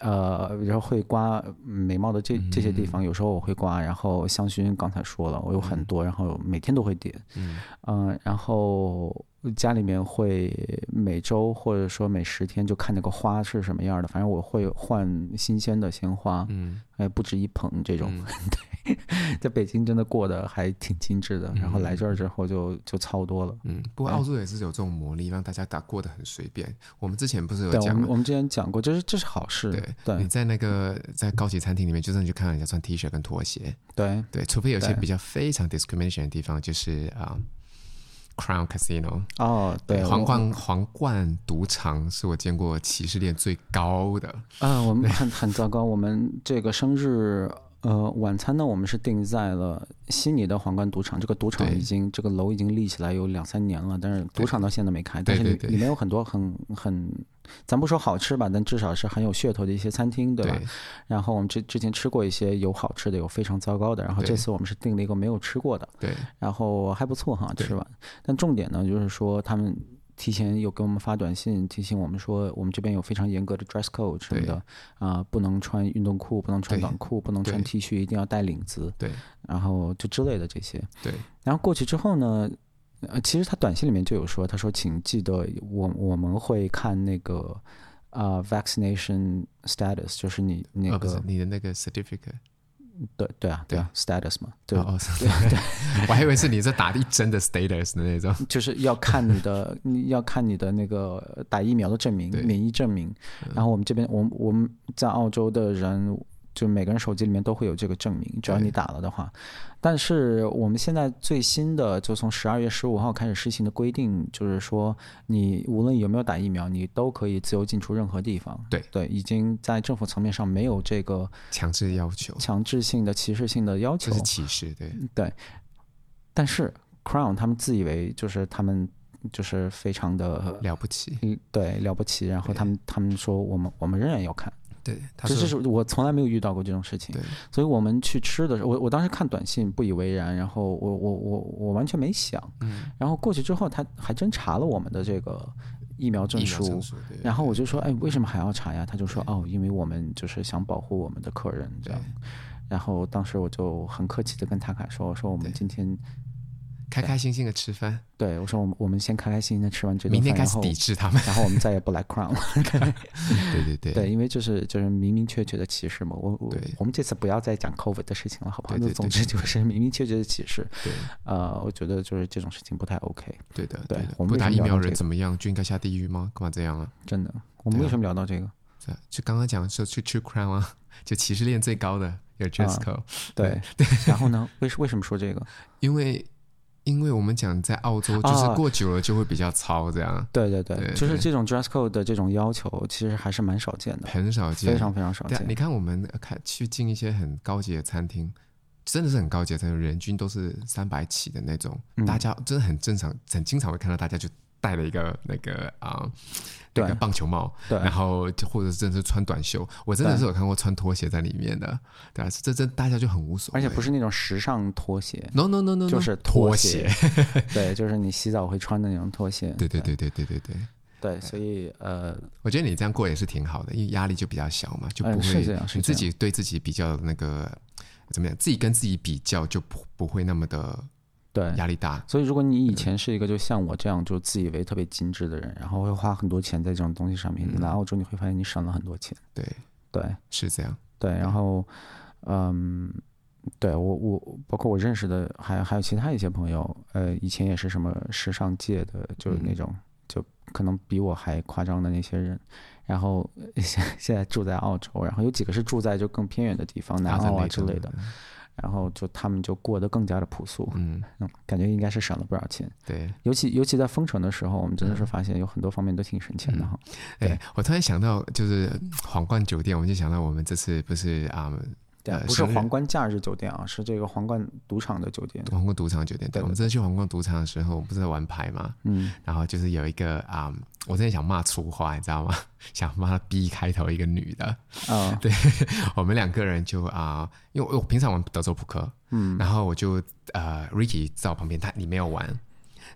S2: 呃，然后会刮嗯眉毛的这这些地
S1: 嗯
S2: 方，有时候我会刮，然后香薰刚才说了，我有很多，然后每天都会点，
S1: 嗯
S2: 嗯，然后家里面会每周或者说每十天就看那个花是什么样的，反正我会换新鲜的鲜花，
S1: 嗯
S2: 哎，不止一捧这种。
S1: 嗯
S2: 对，在北京真的过得还挺精致的，然后来这儿之后就就超多了。
S1: 嗯。不过澳洲也是有这种魔力，让大家打过得很随便。我们之前不是有
S2: 对，我
S1: 讲
S2: 们
S1: 吗？
S2: 我们之前讲过，这是这是好事。
S1: 对，你
S2: 对
S1: 在那个在高级餐厅里面，就算你去看到人家穿 T 恤跟拖鞋，
S2: 对
S1: 对，除非有一些
S2: 对
S1: 比较非常 discrimination 的地方，就是啊、Crown Casino，
S2: 哦，对，
S1: 皇
S2: 我
S1: 冠皇冠赌场是我见过歧视链最高的。
S2: 啊，我们很很糟糕。我们这个生日呃晚餐呢，我们是定在了悉尼的皇冠赌场。这个赌场
S1: 对
S2: 已经这个楼已经立起来有两三年了，但是赌场到现在没开。但是
S1: 对
S2: 里
S1: 对
S2: 里面有很多很很，咱不说好吃吧，但至少是很有噱头的一些餐厅，对吧？
S1: 对
S2: 然后我们之之前吃过一些有好吃的，有非常糟糕的。然后这
S1: 对
S2: 次我们是订了一个没有吃过的，
S1: 对
S2: 然后还不错哈，
S1: 对
S2: 吃完。但重点呢，就是说他们提前有给我们发短信提醒我们说，我们这边有非常严格的 dress code 什么的啊、不能穿运动裤，不能穿
S1: 对
S2: 短裤，不能穿
S1: 对
S2: T 恤，一定要带领子，
S1: 对
S2: 然后就之类的这些。
S1: 对
S2: 然后过去之后呢，呃，其实他短信里面就有说，他说请记得我我们会看那个。啊、v a c c i n a t i o n status 就是你那
S1: 呃不
S2: 个、
S1: 是你的那个 certificate，
S2: 对对啊对啊 status 嘛，对
S1: 哦哦是 我还以为是你这打一针的 status 的那种。
S2: 就是要看 你的，你要看你的那个打疫苗的证明
S1: 对、嗯
S2: 免疫证明。然后我们这边，我们我们在澳洲的人，就每个人手机里面都会有这个证明，只要
S1: 对
S2: 你打了的话。但是我们现在最新的，就从十二月十五号开始施行的规定，就是说，你无论有没有打疫苗，你都可以自由进出任何地方。
S1: 对
S2: 对，已经在政府层面上没有这个
S1: 强制要 求，
S2: 强制性的、歧视性的要
S1: 这
S2: 求。
S1: 是歧视，对，
S2: 嗯但是 Crown 他们自以为就是他们就是非常的
S1: 了不起，
S2: 嗯，对，了不起。然后
S1: 对
S2: 他们他们说我们我们仍然要看，
S1: 对，他
S2: 这这
S1: 说
S2: 嗯是我从来没有遇到过这种事情
S1: 对。
S2: 所以我们去吃的时候，我我当时看短信不以为然，然后
S1: 嗯
S2: 我我我我完全没想。然后过去之后，他还真查了我们的这个疫苗证
S1: 疫苗证
S2: 书。
S1: 书，对
S2: 然后我就说，哎，为什么还要查呀？他就说，哦，因为我们就是想保护我们的客人这样。然后当时我就很客气的跟塔卡说，我说我们今天，
S1: 开开心心的吃饭，
S2: 对我说我们我们先开开心心的吃完这顿
S1: 明
S2: 饭，
S1: 天开
S2: 然
S1: 始
S2: 后
S1: 抵制他们。
S2: 然后我们再也不来 Crown 了。
S1: 对对对
S2: 对，因为就是就是明明确确的歧视嘛。我我
S1: 对
S2: 我们这次不要再讲 COVID 的事情了，好不好？
S1: 对对
S2: 那总
S1: 对
S2: 之就是明明确确的歧视。
S1: 对
S2: 呃，我觉得就是这种事情不太 OK，
S1: 对的，
S2: 对
S1: 的
S2: 我们
S1: 不
S2: 为什
S1: 打
S2: 么
S1: 疫
S2: 聊
S1: 苗
S2: 到
S1: 人
S2: 这
S1: 怎么样？就应该下地狱吗？干嘛这样啊？
S2: 真的。我们
S1: 对啊
S2: 为什么聊到这个？
S1: 对，就刚刚讲说去去 Crown 啊，就歧视链最高的
S2: 啊
S1: 有 j e s c o
S2: 对，然后呢？为为什么说这个？
S1: 因为因为我们讲在澳洲，就是
S2: 啊
S1: 过久了就会比较糙，这样、
S2: 对对对，
S1: 对
S2: 就是
S1: 对
S2: 这种 dress code 的这种要求，其实还是蛮少见的，
S1: 很少见，
S2: 非常非常少
S1: 对啊，你
S2: 见。
S1: 看我们呃看去进一些很高级的餐厅，真的是很高级的餐厅，人均都是三百起的那种，
S2: 嗯
S1: 大家真的很正常，很经常会看到大家就戴了一个那个啊、那个
S2: 对
S1: 棒球帽，
S2: 对
S1: 然后就或者是真的是穿短袖，我真的
S2: 对
S1: 是有看过穿拖鞋在里面的，对啊，这这大家就很无所谓，
S2: 而且不是那种时尚拖鞋，
S1: no no no no，, no
S2: 就是
S1: 嗯拖
S2: 鞋， 对，就是你洗澡会穿的那种拖鞋。
S1: 对对对对对对对，
S2: 对，所以呃，
S1: 我觉得你这样过也是挺好的，因为压力就比较小嘛，就
S2: 嗯
S1: 不会、
S2: 是这样是
S1: 你
S2: 这
S1: 自
S2: 样
S1: 己对自己比较那个怎么样，自己跟自己比较就不不会那么的
S2: 对，
S1: 压力大。
S2: 所以如果你以前是一个就像我这样就自以为特别精致的人，然后会花很多钱在这种东西上面，你来澳洲你会发现你省了很多钱。
S1: 对，
S2: 嗯对
S1: 是这样。
S2: 对，然后嗯。对我，我包括我认识的，还还有其他一些朋友，呃，以前也是什么时尚界的，就是那种、就可能比我还夸张的那些人，然后 呃现现在住在澳洲，然后有几个是住在就更偏远的地方，南
S1: 阿
S2: 澳
S1: 德
S2: 啊
S1: 雷
S2: 之类的，，然后就他们就过得更加的朴素，
S1: 嗯，
S2: 嗯，感觉应该是省了不少钱。
S1: 对。
S2: 尤其尤其在封城的时候，我们真的
S1: 嗯
S2: 是发现有很多方面都挺省钱的哈。
S1: 哎
S2: 对，嗯
S1: 我突然想到，就是皇冠酒店，我们就想到我们这次不是啊、
S2: 对啊，
S1: 呃
S2: 不是
S1: 生日
S2: 皇冠假日酒店啊，是这个皇冠赌场的酒店。
S1: 皇冠赌场酒店，
S2: 对
S1: 对，我们真的去皇冠赌场的时候，我们不是在玩牌嘛，
S2: 嗯，
S1: 然后就是有一个啊、我真的想骂粗话，你知道吗？ 想骂 B 开头一个女的，
S2: 啊，
S1: 对我们两个人就啊、因为我我平常玩德州扑克，
S2: 嗯，
S1: 然后我就呃，Ricky 在我旁边，他你没有玩，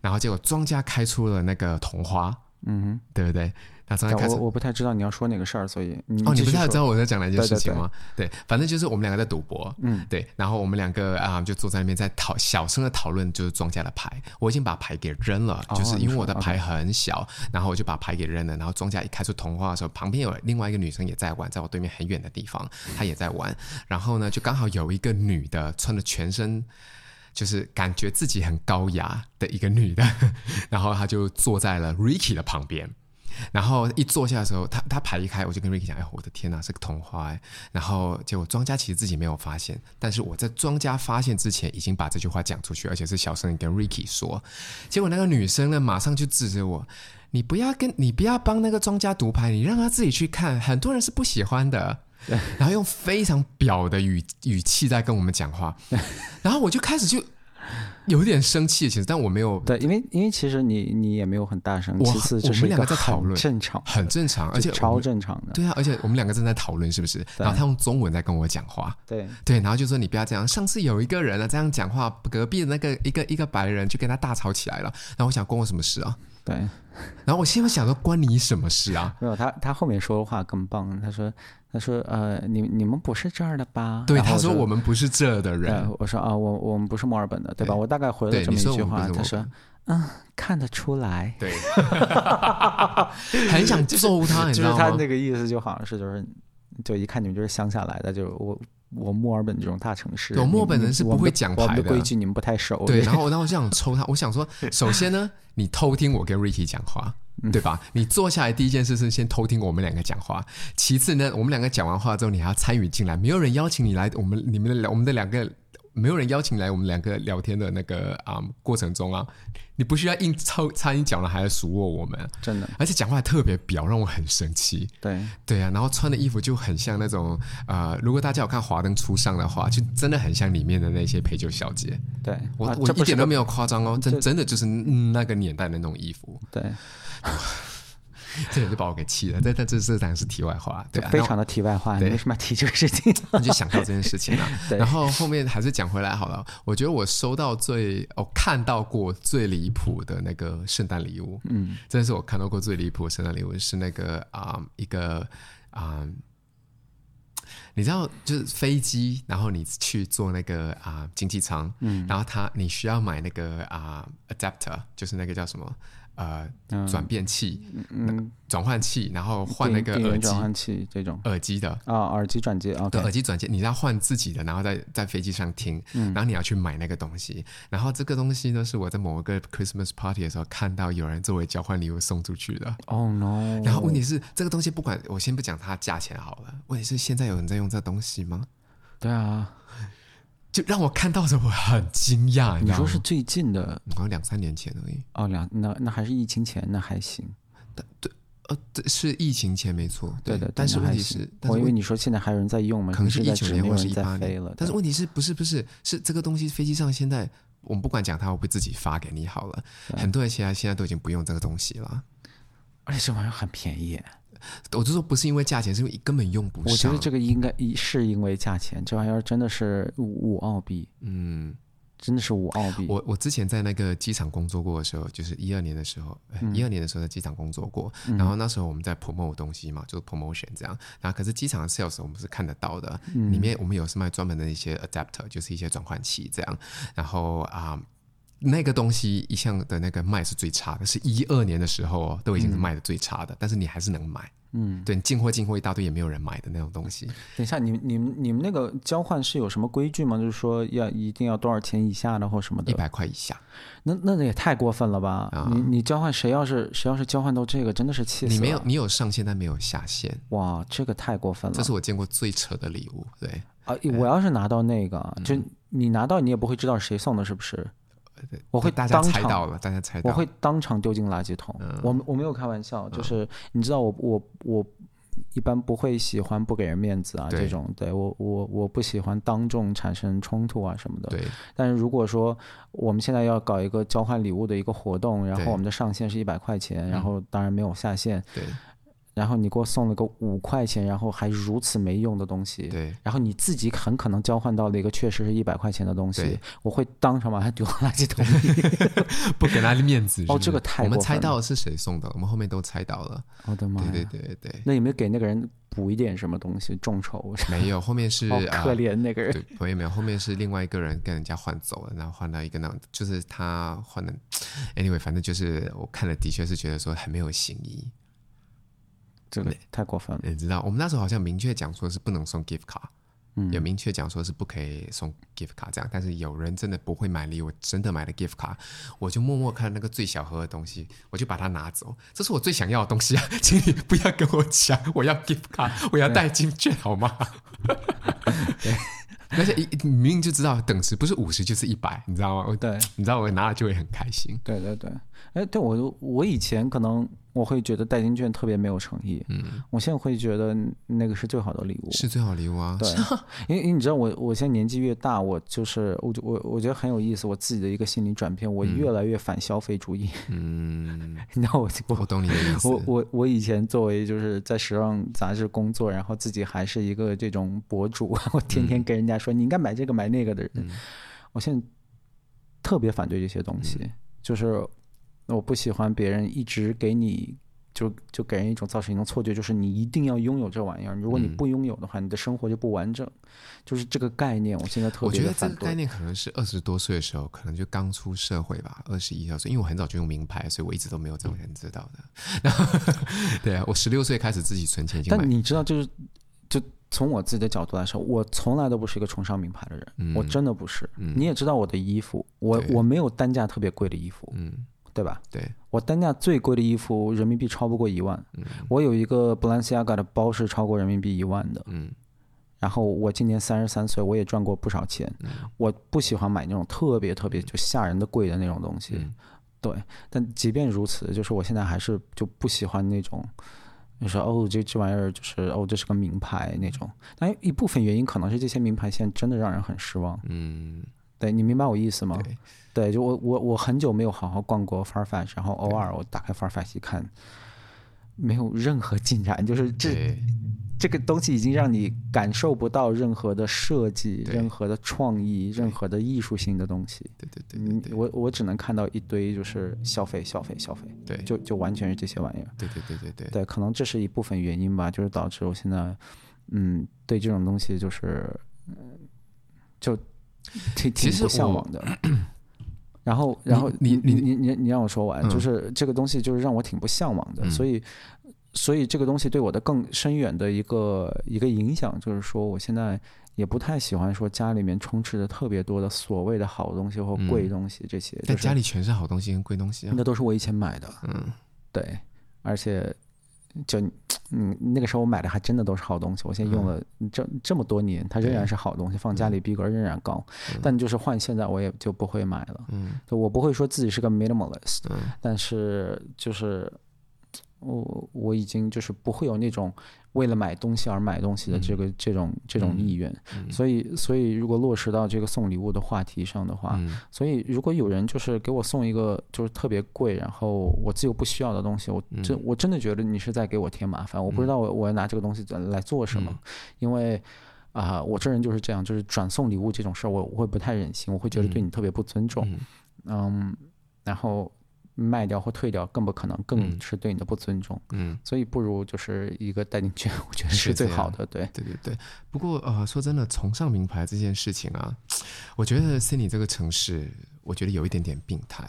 S1: 然后结果庄家开出了那个同花，
S2: 嗯
S1: 对不对？那庄
S2: 哼，
S1: 家开
S2: 对我
S1: 出
S2: 我不太知道你要说哪个事儿，所以你
S1: 哦，你
S2: 继
S1: 不
S2: 续
S1: 是还
S2: 说
S1: 知道我在讲哪件
S2: 对
S1: 事
S2: 对
S1: 情
S2: 对
S1: 吗？对反正就是我们两个在赌博，嗯，对，然后我们两个啊、就坐在那边在讨小声的讨论，就是庄家的牌，我已经把牌给扔了，
S2: 哦
S1: 就是因
S2: 你
S1: 为
S2: 说
S1: 我的牌很小，然后我就把牌给扔了，然后庄家一开出同花的时候，旁边有另外一个女生也在玩，在我对面很远的地方，她也在玩，然后呢，就刚好有一个女的穿着全身。就是感觉自己很高雅的一个女的， 然后她就坐在了 Ricky 的旁边，然后一坐下的时候，他他牌一开，我就跟 Ricky 讲：“哎，我的天呐，是个同花、哎！”然后结果庄家其实自己没有发现，但是我在庄家发现之前已经把这句话讲出去，而且是小声地跟 Ricky 说。结果那个女生呢，马上就指责我：“你不要跟 你不要帮那个庄家读牌，你让他自己去看，很多人是不喜欢的。”然后用非常表的语语气在跟我们讲话，然后我就开始就有点生气，其实但我没有
S2: 对，因为因为其实你你也没有很大声，
S1: 我
S2: 其次这
S1: 我
S2: 是
S1: 们
S2: 一
S1: 两
S2: 个
S1: 个在讨
S2: 很
S1: 论
S2: 正常，
S1: 很正常，而且
S2: 就
S1: 我
S2: 超
S1: 们
S2: 正常的，
S1: 对啊，而且我们两个正在讨论是不是？然后他用中文在跟我讲话，
S2: 对
S1: 对，然后就说你不要这样。上次有一个人啊这样讲话，隔壁的那个一个一个白人就跟他大吵起来了。然后我想关我什么事啊？
S2: 对，
S1: 然后我心里想说关你什么事啊？
S2: 没有他他后面说的话更棒，他说他说呃你你们不是这儿的吧？
S1: 对，
S2: 然后
S1: 他说
S2: 就
S1: 我们不是这的人，
S2: 对，我说啊，我我们不是墨尔本的，对吧？
S1: 对
S2: 我大概回了
S1: 对
S2: 这么
S1: 你
S2: 一
S1: 说
S2: 句
S1: 我们
S2: 话，
S1: 不是墨
S2: 他
S1: 尔
S2: 说
S1: 本，
S2: 嗯，看得出来，
S1: 对， 很想揍啊他，你知
S2: 就是
S1: 道
S2: 他
S1: 吗？
S2: 那个意思，就好像是就是，就一看你们就是乡下来的，就我我墨尔本这种大城市，
S1: 对
S2: 你
S1: 墨尔
S2: 们
S1: 本人是
S2: 我
S1: 不
S2: 们
S1: 会
S2: 的
S1: 讲
S2: 我
S1: 牌
S2: 们的
S1: 的
S2: 规矩，你们不太熟，
S1: 对，然后我然后我就想抽他，我想说，首先呢，你偷听我跟 Ricky 讲话，对吧？你坐下来第一件事是先偷听我们两个讲话，其次呢，我们两个讲完话之后，你还要参与进来，没有人邀请你来，我们你们的聊我们的两个。没有人邀请来我们两个聊天的那个啊、嗯过程中啊，你不需要硬凑掺一脚了，还要数落我们，
S2: 真的
S1: 而且讲话特别表，让我很生气。
S2: 对
S1: 对啊，然后穿的衣服就很像那种呃，如果大家有看《华灯初上》的话，就真的很像里面的那些陪酒小姐。
S2: 对，
S1: 我、
S2: 啊
S1: 我
S2: 这
S1: 一
S2: 不是
S1: 点
S2: 个
S1: 都没有夸张哦，真
S2: 这
S1: 真的就是、嗯那个年代的那种衣服，
S2: 对。
S1: 这也是把我给气了。但但这这当然是题外话，对、啊，
S2: 非常的题外话，
S1: 对
S2: 你为什么要提这个事情？
S1: 那就想到这件事情啊。
S2: 对
S1: 然后后面还是讲回来好了。我觉得我收到最哦看到过最离谱的那个圣诞礼物，嗯，真的是我看到过最离谱的圣诞礼物是那个啊、一个啊、你知道就是飞机，然后你去坐那个啊、经济舱，嗯，然后它你需要买那个啊、adapter，就是那个叫什么呃转变器、
S2: 嗯，
S1: 转换器，然后 换那
S2: 电
S1: 个
S2: 电
S1: 耳
S2: 源
S1: 机
S2: 转换器这种
S1: 耳机的，
S2: 啊，耳机转接
S1: 对，
S2: ，OK，
S1: 耳机转接，你要换自己的，然后在在飞机上听，
S2: 嗯
S1: 然后你要去买那个东西，然后这个东西呢是我在某一个 Christmas party 的时候看到有人作为交换礼物送出去的。
S2: 哦 no，
S1: 然后问题是，这个东西不管我先不讲它价钱好了，问题是现在有人在用这东西吗？
S2: 对啊，
S1: 就让我看到的时候我很惊讶，你
S2: 你
S1: 知道
S2: 说
S1: 吗嗯
S2: 是？最近的
S1: 好像两三年前而已，
S2: 哦，两那那还是疫情前，那还行，
S1: 呃，对，是疫情前没错，
S2: 对的，对
S1: 但是
S2: 那
S1: 问
S2: 还
S1: 题
S2: 行
S1: 是，但
S2: 我
S1: 是
S2: 以
S1: 问
S2: 为你说现在还有人在用吗？
S1: 可能是
S2: 你
S1: 一
S2: 在
S1: 九
S2: 指
S1: 年
S2: 没
S1: 或
S2: 有
S1: 者是
S2: 人
S1: 一
S2: 在
S1: 八
S2: 飞
S1: 年
S2: 了，，
S1: 但是
S2: 对
S1: 问题是不是不是是这个东西飞机上现在我们不管讲它，我不自己发给你好了，
S2: 对
S1: 很多人现在现在都已经不用这个东西了。
S2: 而且这玩意儿很便宜，
S1: 我就说不是因为价钱，是因为根本用不上。
S2: 我觉得这个应该是因为价钱，这玩意儿真的是五澳币，
S1: 嗯，
S2: 真的是五澳币，
S1: 我我之前在那个机场工作过的时候，就是一二年的时候，
S2: 嗯
S1: 一二、年的时候在机场工作过，然后那时候我们在 promote 东西嘛，就是 promotion 这样。然后可是机场的 sales 我们是看得到的，
S2: 嗯
S1: 里面我们有是卖专门的一些 adapter，就是一些转换器这样。然后啊。那个东西一向的那个卖是最差的，是一二年的时候哦，都已
S2: 嗯
S1: 经是卖的最差的，但是你还是能买，嗯，对你进货进货一大堆也没有人买的那种东西，
S2: 等一下，你们你们你们那个交换是有什么规矩吗？就是说要一定要多少钱以下的或什么
S1: 一
S2: 的？
S1: 百块以下。
S2: 那那也太过分了吧！你你交换谁要是谁要是交换到这个，真的是气死了！
S1: 你没有，你有上限，但没有下限，
S2: 哇，这个太过分了
S1: 这是我哎见过最扯的礼物。对，
S2: 啊！我要是拿到那个，就
S1: 嗯
S2: 你拿到你也不会知道谁送的，是不是？我会
S1: 呃大家
S2: 当
S1: 猜
S2: 场
S1: 到了，大家猜到嗯
S2: 我
S1: 了，
S2: 会当场丢进垃圾桶。我没我没有开玩笑，就是你知道我我我一般不会喜欢不给人面子啊
S1: 对
S2: 这种，对我我我不喜欢当众产生冲突啊什么的。
S1: 对
S2: 但是如果说我们现在要搞一个交换礼物的一个活动，然后我们的上限是一百块钱，
S1: 嗯
S2: 然后当然没有下限，
S1: 对
S2: 然后你给我送了个五块钱，然后还如此没用的东西。
S1: 对，
S2: 然后你自己很可能交换到了一个确实是一百块钱的东西
S1: 对，
S2: 我会当场把它丢到垃圾桶 里。
S1: 不给他面子。是
S2: 哦
S1: 不是
S2: 这个太
S1: 我们
S2: 过分
S1: 猜
S2: 了
S1: 到是谁送的，我们后面都猜到了。
S2: 我的妈呀！
S1: 对对对对对，
S2: 那有没有给那个人补一点什么东西众筹？
S1: 没有，后面是
S2: 好
S1: 啊
S2: 可怜那个人。
S1: 对，朋友没有，后面是另外一个人跟人家换走了，然后换到一个那种，就是他换的，anyway，反正就是我看了，的确是觉得说很没有新意。
S2: 这个 太过分了。
S1: 你知道，我们那时候好像明确讲说是不能送 gift 卡，
S2: 嗯
S1: 有明确讲说是不可以送 gift 卡这样。但是有人真的不会买礼，我真的买了 gift 卡，我就默默看那个最小盒的东西，我就把它拿走，这是我最想要的东西啊， 请你不要跟我讲我要 gift 卡， 我要代金券好吗？而且一明明就知道等值不是五十就是一百，你知道吗？我
S2: 对
S1: 你知道我拿了就会很开心。
S2: 对对对，哎，对我我以前可能我会觉得代金券特别没有诚意，嗯，我现在会觉得那个是最好的礼物。
S1: 是最好的礼物啊！
S2: 对，因为因为你知道我我现在年纪越大，我就是我就我我觉得很有意思，我自己的一个心理转变，我越来越反消费主义。
S1: 嗯，
S2: 你知道我我
S1: 我懂你的意思。
S2: 我我我以前作为就是在时尚杂志工作，然后自己还是一个这种博主， 我天
S1: 嗯
S2: 天跟人家说你应该买这个买那个的人，我现在特别反对这些东西，
S1: 嗯
S2: 就是我不喜欢别人一直给你。就就给人一种造成一种错觉，就是你一定要拥有这玩意儿，如果
S1: 嗯
S2: 你不拥有的话，你的生活就不完整，就是这个概念，我现在特
S1: 我
S2: 别
S1: 觉得
S2: 的
S1: 这
S2: 反
S1: 个概
S2: 对。
S1: 念可能是二十多岁的时候，可能就刚出社会吧，二十一二岁，因为我很早就用名牌，所以我一直都没有这种人知道的。然后， 对啊，我十六岁开始自己存钱，已经买
S2: 但。你知道，就是就从我自己的角度来说，我从来都不是一个崇尚名牌的人，我真的不是。你也知道我的衣服，我
S1: 嗯对
S2: 我没有单价特别贵的衣服，
S1: 嗯，
S2: 对吧？
S1: 对，
S2: 我单价最贵的衣服人民币超不过一万，我有一个 Balenciaga 的包是超过人民币一万的。
S1: 嗯
S2: 然后我今年三十三岁，我也赚过不少钱。我不喜欢买那种特别特别就吓人的贵的那种东西。对，但即便如此，就是我现在还是就不喜欢那种，就是哦，这这玩意儿就是哦，这是个名牌那种。但一部分原因可能是这些名牌现在真的让人很失望。
S1: 嗯，
S2: 对你明白我意思吗？
S1: 对
S2: 对，就我我我很久没有好好逛过 Farfetch，然后偶尔我打开 Farfetch 一看，没有任何进展，就是这
S1: 对
S2: 这个东西已经让你感受不到任何的设计、
S1: 对
S2: 任何的创意、任何的艺术性的东西。
S1: 对对对
S2: 嗯
S1: 对，对
S2: 我我只能看到一堆就是消费、消费、消费，
S1: 对
S2: 就就完全是这些玩意儿。
S1: 对对对对对，
S2: 对，可能这是一部分原因吧，就是导致我现在，嗯，对这种东西就是，嗯，就挺
S1: 其
S2: 挺
S1: 实
S2: 不向
S1: 我
S2: 往的。 然后，然后
S1: 你
S2: 你
S1: 你
S2: 你你你让我说完，
S1: 嗯
S2: 就是这个东西就是让我挺不向往的，
S1: 嗯
S2: 所以所以这个东西对我的更深远的一个一个影响，就是说我现在也不太喜欢说家里面充斥着特别多的所谓的好东西或
S1: 嗯
S2: 贵东西这些，
S1: 但
S2: 就
S1: 家
S2: 是
S1: 里全是好东西跟贵东西啊
S2: 那，都是我以前买的，
S1: 嗯，
S2: 对，而且就嗯，那个时候我买的还真的都是好东西，我现在
S1: 嗯
S2: 用了这这么多年，它仍然是好东西，放家里逼格仍然高。但就是换现在，我也就不会买了。
S1: 嗯，
S2: 就我不会说自己是个 minimalist，
S1: 嗯
S2: 但是就是我我已经就是不会有那种为了买东西而买东西的这个、这种这种意愿。
S1: 嗯
S2: 所以，所以如果落实到这个送礼物的话题上的话，
S1: 嗯
S2: 所以，如果有人就是给我送一个就是特别贵，然后我自己又不需要的东西，我真、我真的觉得你是在给我添麻烦。我不知道我我要拿这个东西来做什么，因为啊、我这人就是这样，就是转送礼物这种事儿，我我会不太忍心，我会觉得对你特别不尊重。
S1: 嗯
S2: 嗯然后卖掉或退掉更不可能，更
S1: 嗯
S2: 是对你的不尊重。
S1: 嗯。
S2: 所以，不如就是一个代金券，我觉得是最好的。对，
S1: 对对对，不过呃，说真的，崇尚名牌这件事情啊，我觉得悉尼这个城市，我觉得有一点点病态。